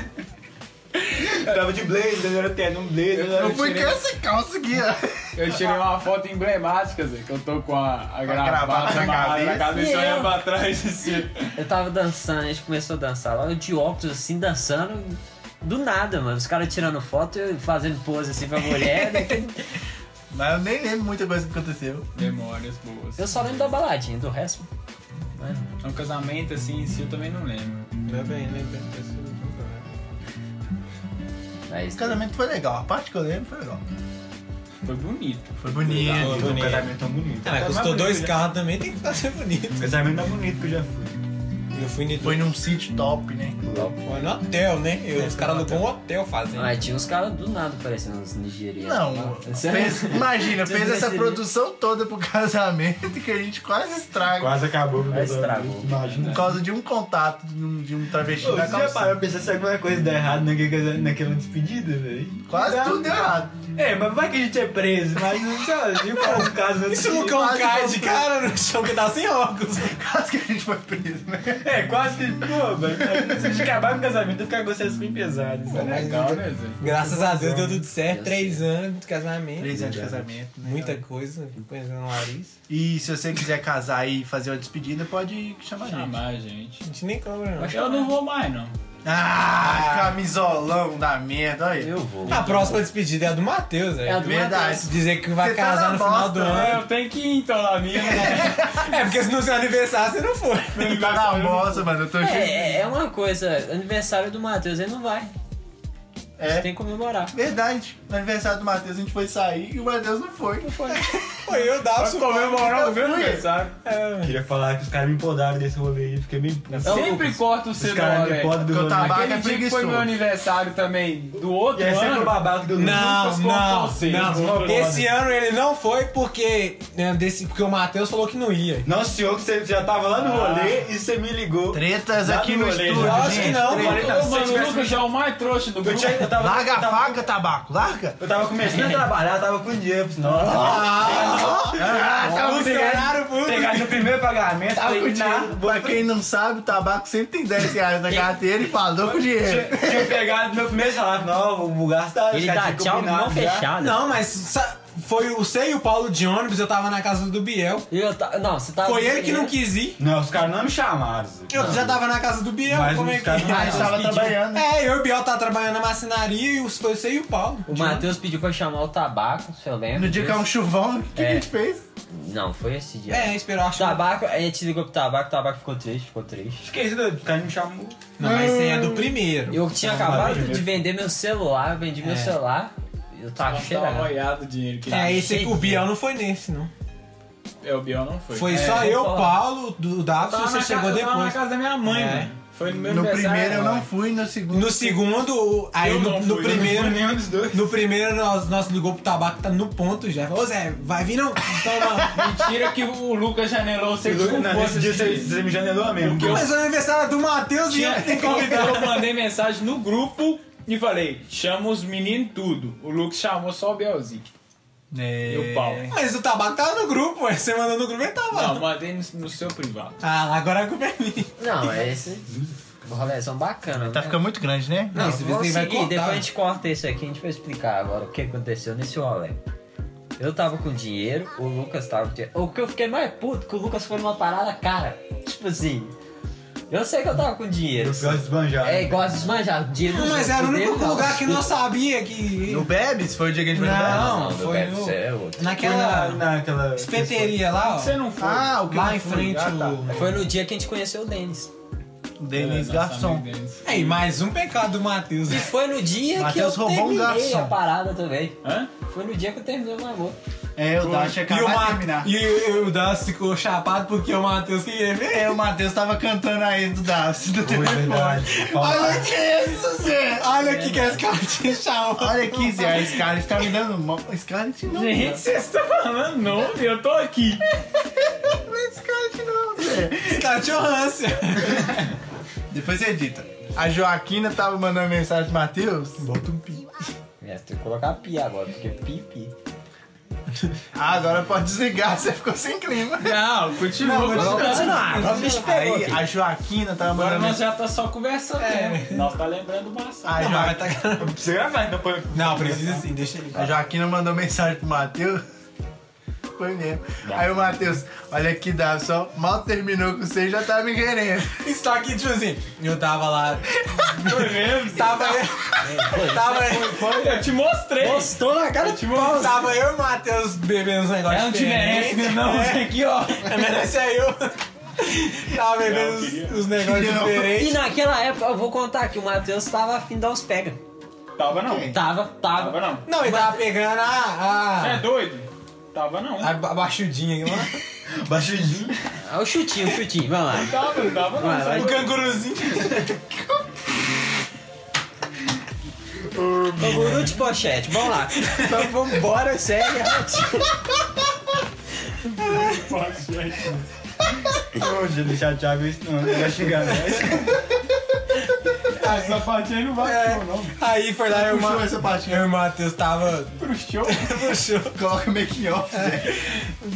[SPEAKER 3] Eu tava de blazer, eu era terno, um blazer. Eu,
[SPEAKER 2] Eu
[SPEAKER 3] era
[SPEAKER 2] fui com
[SPEAKER 3] chinelo.
[SPEAKER 2] essa calça aqui, ó.
[SPEAKER 5] Eu tirei uma foto emblemática, Zé, que eu tô com a, a
[SPEAKER 2] gravata
[SPEAKER 5] gravata
[SPEAKER 2] na
[SPEAKER 5] amarrada na
[SPEAKER 2] cabeça.
[SPEAKER 5] cabeça e
[SPEAKER 6] E
[SPEAKER 5] olhando
[SPEAKER 6] eu?
[SPEAKER 5] pra trás assim.
[SPEAKER 6] Eu tava dançando, a gente começou a dançar lá, eu de óculos assim, dançando do nada, mano. Os caras tirando foto e eu fazendo pose assim pra mulher. [LAUGHS] daquele-
[SPEAKER 2] Mas eu nem lembro muita coisa que aconteceu.
[SPEAKER 5] Memórias boas.
[SPEAKER 6] eu só lembro da baladinha, do resto.
[SPEAKER 5] É Um casamento assim em si eu também não lembro.
[SPEAKER 4] Ainda bem, lembrei disso. né?
[SPEAKER 6] Mas
[SPEAKER 2] O casamento foi legal, a parte que eu lembro foi legal.
[SPEAKER 5] Foi bonito.
[SPEAKER 2] Foi bonito.
[SPEAKER 3] Foi um casamento tão bonito.
[SPEAKER 4] Ah, mas custou dois carros também, tem que fazer bonito.
[SPEAKER 3] O casamento tão bonito que eu já fui.
[SPEAKER 4] E Eu fui em
[SPEAKER 2] Foi
[SPEAKER 4] Foi
[SPEAKER 2] num um sítio top, né?
[SPEAKER 4] no hotel, né? Eu- os caras alugou um hotel fazendo.
[SPEAKER 6] Mas tinha uns caras do nada parecendo uns nigerianos.
[SPEAKER 2] Não,
[SPEAKER 6] lá.
[SPEAKER 3] é [LAUGHS]
[SPEAKER 2] fez, imagina,
[SPEAKER 6] Vocês
[SPEAKER 2] fez essa
[SPEAKER 6] decidiram.
[SPEAKER 2] produção toda pro [LAUGHS] casamento que a gente quase estraga
[SPEAKER 3] Quase acabou com o
[SPEAKER 6] Quase
[SPEAKER 3] casamento.
[SPEAKER 6] estragou.
[SPEAKER 3] Imagina.
[SPEAKER 2] por causa de um contato de um, de um travesti
[SPEAKER 3] Ô,
[SPEAKER 2] na
[SPEAKER 3] Você já
[SPEAKER 2] calça.
[SPEAKER 3] parou pra pensar se alguma coisa dá errado naquele casa- naquela despedida, velho?
[SPEAKER 2] Quase
[SPEAKER 3] Dá-
[SPEAKER 2] tudo deu errado. [LAUGHS]
[SPEAKER 3] É, mas vai que a gente é preso, mas não sei, lá, não um caso não
[SPEAKER 4] E se o
[SPEAKER 3] sei.
[SPEAKER 4] Lucão
[SPEAKER 2] quase
[SPEAKER 4] cai de
[SPEAKER 2] comprei.
[SPEAKER 4] cara no chão que tá sem óculos?
[SPEAKER 2] Quase que a gente foi preso, né?
[SPEAKER 3] É, quase que, pô, velho, se a gente acabar com o casamento, eu ficar com vocês bem pesados. né?
[SPEAKER 5] Legal, né, Zé?
[SPEAKER 4] Graças a Deus deu tudo certo.
[SPEAKER 6] Deus
[SPEAKER 4] Três anos de casamento.
[SPEAKER 2] Três anos de casamento. né?
[SPEAKER 4] Muita coisa, conhecendo o Larissa.
[SPEAKER 2] E se você quiser casar e fazer uma despedida, pode chamar a gente.
[SPEAKER 5] Chamar a gente.
[SPEAKER 4] A gente nem cobra, não.
[SPEAKER 5] Eu não vou mais, não.
[SPEAKER 2] Ah, camisolão da merda, olha. aí.
[SPEAKER 6] Eu vou.
[SPEAKER 4] A próxima despedida é a do Matheus, velho.
[SPEAKER 6] É a do
[SPEAKER 2] Verdade.
[SPEAKER 4] Dizer que vai
[SPEAKER 2] Você tá
[SPEAKER 4] casar
[SPEAKER 2] na
[SPEAKER 4] no final
[SPEAKER 2] bosta,
[SPEAKER 4] do ano.
[SPEAKER 5] É, eu tenho que ir então na minha.
[SPEAKER 4] né? [LAUGHS] É, porque se não seu aniversário, você não foi.
[SPEAKER 2] Ele tá na bosta, mano. Eu tô
[SPEAKER 6] É,
[SPEAKER 2] cheio.
[SPEAKER 6] é- é uma coisa, aniversário do Matheus, ele não vai. Você
[SPEAKER 2] É.
[SPEAKER 6] tem que comemorar.
[SPEAKER 2] Verdade. No aniversário do Matheus, a gente foi sair e o Matheus não foi. Não foi.
[SPEAKER 4] Foi eu, Davi,
[SPEAKER 5] Posso comemorar o meu
[SPEAKER 2] Eu fui.
[SPEAKER 5] aniversário.
[SPEAKER 4] É,
[SPEAKER 3] Queria falar que os caras me podaram desse rolê aí, eu fiquei meio puto.
[SPEAKER 6] É o
[SPEAKER 5] Sempre
[SPEAKER 6] Lucas.
[SPEAKER 5] corta o
[SPEAKER 3] Os
[SPEAKER 5] cedo
[SPEAKER 3] caras me
[SPEAKER 5] velho.
[SPEAKER 3] podam do
[SPEAKER 2] Que eu
[SPEAKER 3] rolê.
[SPEAKER 2] tava- Babaca
[SPEAKER 5] Aquele dia que foi
[SPEAKER 2] preguiçoso.
[SPEAKER 5] meu aniversário também do outro
[SPEAKER 3] E é sempre o
[SPEAKER 5] ano.
[SPEAKER 3] babaca do
[SPEAKER 4] Não,
[SPEAKER 5] Lucas
[SPEAKER 4] não,
[SPEAKER 5] cortou você.
[SPEAKER 4] não.
[SPEAKER 3] Lucas
[SPEAKER 4] Esse
[SPEAKER 3] cortou.
[SPEAKER 4] ano ele não foi porque, né, desse, porque o Matheus falou que não ia.
[SPEAKER 3] Nossa senhor, que você já tava lá no rolê e você me ligou.
[SPEAKER 2] Tretas
[SPEAKER 3] Lá
[SPEAKER 2] Ah. aqui
[SPEAKER 3] no
[SPEAKER 2] no
[SPEAKER 3] rolê, né?
[SPEAKER 2] estúdio,
[SPEAKER 3] eu acho
[SPEAKER 2] gente.
[SPEAKER 4] que não,
[SPEAKER 5] Ô,
[SPEAKER 3] Falei, não, se você
[SPEAKER 5] Mano, o
[SPEAKER 3] tivesse-
[SPEAKER 5] Lucas já é o mais trouxa do
[SPEAKER 3] Eu
[SPEAKER 5] grupo.
[SPEAKER 3] tinha- eu tava-
[SPEAKER 2] Larga
[SPEAKER 3] eu
[SPEAKER 2] a
[SPEAKER 3] tava-
[SPEAKER 2] faca, tabaco. Larga.
[SPEAKER 3] Eu tava começando a trabalhar, tava com dinheiro, falei, nossa.
[SPEAKER 2] Ah, tabaco.
[SPEAKER 4] Funcionário público.
[SPEAKER 3] Pegar no primeiro pagamento,
[SPEAKER 2] Tá com
[SPEAKER 3] falei,
[SPEAKER 2] dinheiro.
[SPEAKER 3] nada.
[SPEAKER 2] Pra quem não sabe, o tabaco sempre tem 10 reais na carteira e falou com dinheiro.
[SPEAKER 3] Tinha tinha pegado meu primeiro salário, não, vou- vou gastar. os
[SPEAKER 6] Ele
[SPEAKER 3] caras
[SPEAKER 6] dá
[SPEAKER 3] tinham
[SPEAKER 6] tchau de mão
[SPEAKER 3] combinado já.
[SPEAKER 6] fechada.
[SPEAKER 4] Não, mas sa- foi o você e o Paulo de ônibus, eu tava na casa do Biel.
[SPEAKER 6] Eu ta- Não, você tá é, tava.
[SPEAKER 4] Foi ele que não quis ir.
[SPEAKER 3] Não, os caras não me chamaram. Zé.
[SPEAKER 4] Eu já tava na casa do Biel,
[SPEAKER 3] Mas
[SPEAKER 4] como
[SPEAKER 3] os
[SPEAKER 4] é que
[SPEAKER 3] caras não
[SPEAKER 2] Ah, a gente tava trabalhando.
[SPEAKER 4] É, eu e o Biel tava trabalhando na marcenaria e os- foi você e o Paulo.
[SPEAKER 6] O Matheus pediu pra eu chamar o tabaco, se eu lembro.
[SPEAKER 2] No dia que é um chuvão, o que que a gente fez?
[SPEAKER 6] Não, foi esse dia.
[SPEAKER 4] É, esperou a chuva.
[SPEAKER 6] Tabaco, a gente ligou pro tabaco, o tabaco ficou triste, ficou triste.
[SPEAKER 3] Esqueci, os caras me chamou.
[SPEAKER 4] Não, mas você é do primeiro.
[SPEAKER 6] Eu tinha acabado de vender meu celular, eu vendi meu
[SPEAKER 4] É.
[SPEAKER 6] celular, eu tava
[SPEAKER 5] Nossa, tá
[SPEAKER 6] cheirando.
[SPEAKER 5] arroiado o dinheiro que
[SPEAKER 4] É, esse
[SPEAKER 6] cheio
[SPEAKER 4] o
[SPEAKER 6] de
[SPEAKER 4] Biel não foi nesse, não.
[SPEAKER 5] É, o Biel não foi.
[SPEAKER 4] Foi
[SPEAKER 5] É,
[SPEAKER 4] só eu,
[SPEAKER 6] falar.
[SPEAKER 4] Paulo, do Davi,
[SPEAKER 5] tava
[SPEAKER 4] você
[SPEAKER 5] na
[SPEAKER 4] chegou
[SPEAKER 5] casa- tava na
[SPEAKER 4] depois.
[SPEAKER 5] casa da minha mãe,
[SPEAKER 4] É.
[SPEAKER 5] mano. Foi no meu
[SPEAKER 2] No
[SPEAKER 5] aniversário, é
[SPEAKER 2] primeiro eu
[SPEAKER 5] mano.
[SPEAKER 2] não fui, no segundo.
[SPEAKER 4] No segundo, o- aí
[SPEAKER 5] Eu
[SPEAKER 4] no,
[SPEAKER 5] não
[SPEAKER 4] no
[SPEAKER 5] fui, eu
[SPEAKER 4] primeiro.
[SPEAKER 3] Não nenhum dos dois.
[SPEAKER 4] No primeiro, nós, nós ligou pro tabaco, tá no ponto já. Ô Zé, vai vir não? Então não.
[SPEAKER 5] Mentira que o Lucas janelou você com
[SPEAKER 3] Não,
[SPEAKER 5] força
[SPEAKER 3] nesse dia
[SPEAKER 5] de-
[SPEAKER 3] você, você me janelou mesmo.
[SPEAKER 5] [LAUGHS] Porque eu-
[SPEAKER 4] Mas o aniversário é do Matheus e eu
[SPEAKER 5] Tinha-
[SPEAKER 4] que tem
[SPEAKER 5] eu,
[SPEAKER 4] convidado.
[SPEAKER 5] mandei mensagem no grupo e falei, chama os meninos tudo. O Lucas chamou só o Bielzinho
[SPEAKER 2] É.
[SPEAKER 5] e o Paulo.
[SPEAKER 4] Mas o tabaco tava no grupo, ué. Você mandou no grupo, ele tava.
[SPEAKER 5] Não, mandei no, no seu privado.
[SPEAKER 4] Ah, agora a culpa é minha.
[SPEAKER 6] Não, é esse. Rolé, são bacanas.
[SPEAKER 2] Tá ficando muito grande, né?
[SPEAKER 4] Não, esse
[SPEAKER 6] Vamos
[SPEAKER 4] vídeo vai
[SPEAKER 6] seguir,
[SPEAKER 4] cortar.
[SPEAKER 6] depois a gente corta isso aqui, a gente vai explicar agora o que aconteceu nesse rolê. Eu tava com dinheiro, o Lucas tava com dinheiro. O que eu fiquei mais puto, que o Lucas foi numa parada cara. Tipo assim, eu sei que eu tava com dinheiro.
[SPEAKER 3] Eu gosto de esbanjar.
[SPEAKER 6] É igual as manjar, dinheiro
[SPEAKER 4] Não,
[SPEAKER 6] dos
[SPEAKER 4] mas
[SPEAKER 6] outros,
[SPEAKER 4] era o
[SPEAKER 6] dele
[SPEAKER 4] único
[SPEAKER 6] não.
[SPEAKER 4] lugar que nós sabia que...
[SPEAKER 2] No Bebes foi o dia que a gente foi no Bebes.
[SPEAKER 4] Não,
[SPEAKER 6] Não, do
[SPEAKER 4] foi
[SPEAKER 6] Bebe,
[SPEAKER 4] no...
[SPEAKER 6] você é outro.
[SPEAKER 3] Foi na,
[SPEAKER 4] Naquela
[SPEAKER 3] naquela.
[SPEAKER 4] espeteria lá, ó.
[SPEAKER 5] Você não foi.
[SPEAKER 2] Ah, o que
[SPEAKER 4] Lá
[SPEAKER 2] eu
[SPEAKER 4] em
[SPEAKER 2] fui?
[SPEAKER 4] frente
[SPEAKER 2] Ah, tá.
[SPEAKER 4] o...
[SPEAKER 6] Foi no dia que a gente conheceu o Denis.
[SPEAKER 2] Denis
[SPEAKER 5] É, Nossa,
[SPEAKER 2] Garçom.
[SPEAKER 5] amigo Denis.
[SPEAKER 4] Aí, mais um pecado do Matheus.
[SPEAKER 6] E
[SPEAKER 4] [LAUGHS]
[SPEAKER 6] foi no dia que eu
[SPEAKER 2] Matheus roubou um
[SPEAKER 6] terminei
[SPEAKER 2] garçom.
[SPEAKER 6] a parada também.
[SPEAKER 5] Hã?
[SPEAKER 6] Foi no dia que eu terminei o namoro.
[SPEAKER 2] É, o Dash
[SPEAKER 4] E o,
[SPEAKER 2] acabou de
[SPEAKER 4] Ma...
[SPEAKER 2] terminar.
[SPEAKER 4] e o- o Dash ficou chapado porque o Matheus queria ver.
[SPEAKER 2] É, o Matheus tava cantando aí do Dash do telefone. Olha que isso, Zé!
[SPEAKER 4] Olha aqui que as
[SPEAKER 2] [LAUGHS]
[SPEAKER 4] cartinhas chamam.
[SPEAKER 2] Olha aqui, Zé, a Scarlett tá me dando mal. A Scarlett não.
[SPEAKER 6] Gente,
[SPEAKER 5] Vocês estão falando nome? Eu tô aqui.
[SPEAKER 2] A Scarlett não, Zé.
[SPEAKER 4] Scarlett Johansson.
[SPEAKER 8] Depois você edita.
[SPEAKER 2] A Joaquina tava mandando mensagem pro Matheus.
[SPEAKER 8] Bota um pi.
[SPEAKER 6] É, tem que colocar pi agora, porque pi, pi.
[SPEAKER 2] Ah, agora pode desligar, [LAUGHS] você ficou sem clima.
[SPEAKER 5] Não, continua.
[SPEAKER 8] Vamos continuar.
[SPEAKER 6] Agora o bicho pegou
[SPEAKER 8] Aí
[SPEAKER 6] aqui.
[SPEAKER 8] a Joaquina tava
[SPEAKER 5] Agora
[SPEAKER 8] mandando
[SPEAKER 5] nós
[SPEAKER 8] mensagem.
[SPEAKER 5] já tá só conversando. Nós tá lembrando bastante.
[SPEAKER 8] A,
[SPEAKER 4] Não,
[SPEAKER 8] Joa-
[SPEAKER 4] mas tá-
[SPEAKER 5] [LAUGHS] Você já vai, não põe.
[SPEAKER 4] Não, precisa sim, deixa ele.
[SPEAKER 8] a Joaquina mandou mensagem pro Matheus.
[SPEAKER 2] [LAUGHS] Foi mesmo. Aí o Matheus, olha aqui, Davi, só mal terminou com você e já tava me
[SPEAKER 4] [LAUGHS]
[SPEAKER 2] querendo.
[SPEAKER 4] Isso tá aqui, tipo assim, eu tava lá.
[SPEAKER 5] Foi mesmo?
[SPEAKER 4] [LAUGHS] Tava eu. Tava eu.
[SPEAKER 5] Foi, eu te mostrei.
[SPEAKER 4] Postou na cara de pau. Tava eu e o Matheus bebendo uns negócios.
[SPEAKER 5] Ela não te merece,
[SPEAKER 4] diferentes.
[SPEAKER 5] né? Não, isso aqui, ó.
[SPEAKER 4] É, merece é eu. Tava bebendo
[SPEAKER 5] Não, queria.
[SPEAKER 4] uns, uns negócios
[SPEAKER 2] Não.
[SPEAKER 6] E
[SPEAKER 4] diferentes.
[SPEAKER 6] naquela época, eu vou contar que o Matheus tava afim de dar uns pega.
[SPEAKER 5] Tava não.
[SPEAKER 6] Tava,
[SPEAKER 5] Tava
[SPEAKER 6] tava.
[SPEAKER 5] não.
[SPEAKER 4] Não, e tava pegando
[SPEAKER 5] Você é
[SPEAKER 4] a.
[SPEAKER 5] doido? Tava não.
[SPEAKER 4] a, a ba- baixudinha aqui, mano.
[SPEAKER 3] Baixudinho.
[SPEAKER 6] Ah, o chutinho, o chutinho, vamos lá.
[SPEAKER 5] Tava, não tava não.
[SPEAKER 6] Vai, vai.
[SPEAKER 4] O canguruzinho.
[SPEAKER 6] Canguru de pochete, vamos lá. Então vambora, segue a rotina.
[SPEAKER 3] Hoje, deixar o Thiago isso não, ele vai chegar né? nós.
[SPEAKER 5] Essa parte aí não vai,
[SPEAKER 4] É.
[SPEAKER 5] não, não.
[SPEAKER 4] Aí foi lá, eu e o
[SPEAKER 2] Puxou
[SPEAKER 4] Ma-
[SPEAKER 2] essa parte. né?
[SPEAKER 4] eu e o Matheus tava
[SPEAKER 5] Pro show.
[SPEAKER 4] puxou,
[SPEAKER 2] Coloca making off, né? Zé.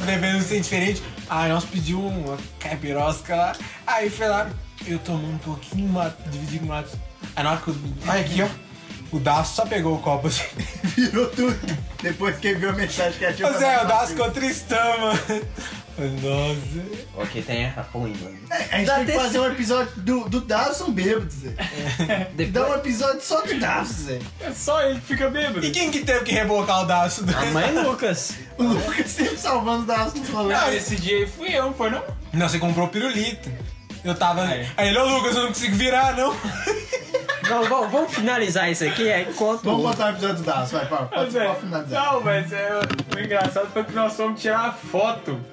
[SPEAKER 4] bebendo um sente diferente. Aí nós pedimos uma caipirosca lá. Aí foi lá, eu tomei um pouquinho, ma- dividi com o Matheus. Aí É na hora que eu. Olha aqui, ó. O Daço só pegou o copo assim.
[SPEAKER 3] É.
[SPEAKER 2] Virou tudo. Depois que ele viu a mensagem que a tia
[SPEAKER 4] Ô Zé,
[SPEAKER 2] mandou
[SPEAKER 4] o
[SPEAKER 2] pra
[SPEAKER 4] Daço ficou tristão, mano. Nossa.
[SPEAKER 6] Ok, tem a ruim, mano.
[SPEAKER 2] A gente
[SPEAKER 6] Dá
[SPEAKER 2] tem que
[SPEAKER 6] atenção.
[SPEAKER 2] fazer um episódio do, do Davison bêbado, Zé.
[SPEAKER 3] É.
[SPEAKER 2] Dá um episódio só do Davison, Zé.
[SPEAKER 5] É só ele que fica bêbado.
[SPEAKER 4] E quem que teve que rebocar o Daço?
[SPEAKER 6] A mãe Lucas.
[SPEAKER 2] O Lucas sempre salvando o Davison dos rolês.
[SPEAKER 5] Não, esse dia aí fui eu, não foi não?
[SPEAKER 4] Não, você comprou pirulito. Eu tava.
[SPEAKER 5] Aí.
[SPEAKER 4] Aí ele, ô Lucas, eu não consigo virar, não.
[SPEAKER 6] Não, vamos, vamos finalizar isso aqui, aí conta
[SPEAKER 2] Vamos
[SPEAKER 6] o
[SPEAKER 2] botar o episódio
[SPEAKER 5] é.
[SPEAKER 2] do Davison, vai, Paulo. Pode,
[SPEAKER 5] Zé,
[SPEAKER 2] pode finalizar.
[SPEAKER 5] Não, mas é, o engraçado foi que nós fomos tirar a foto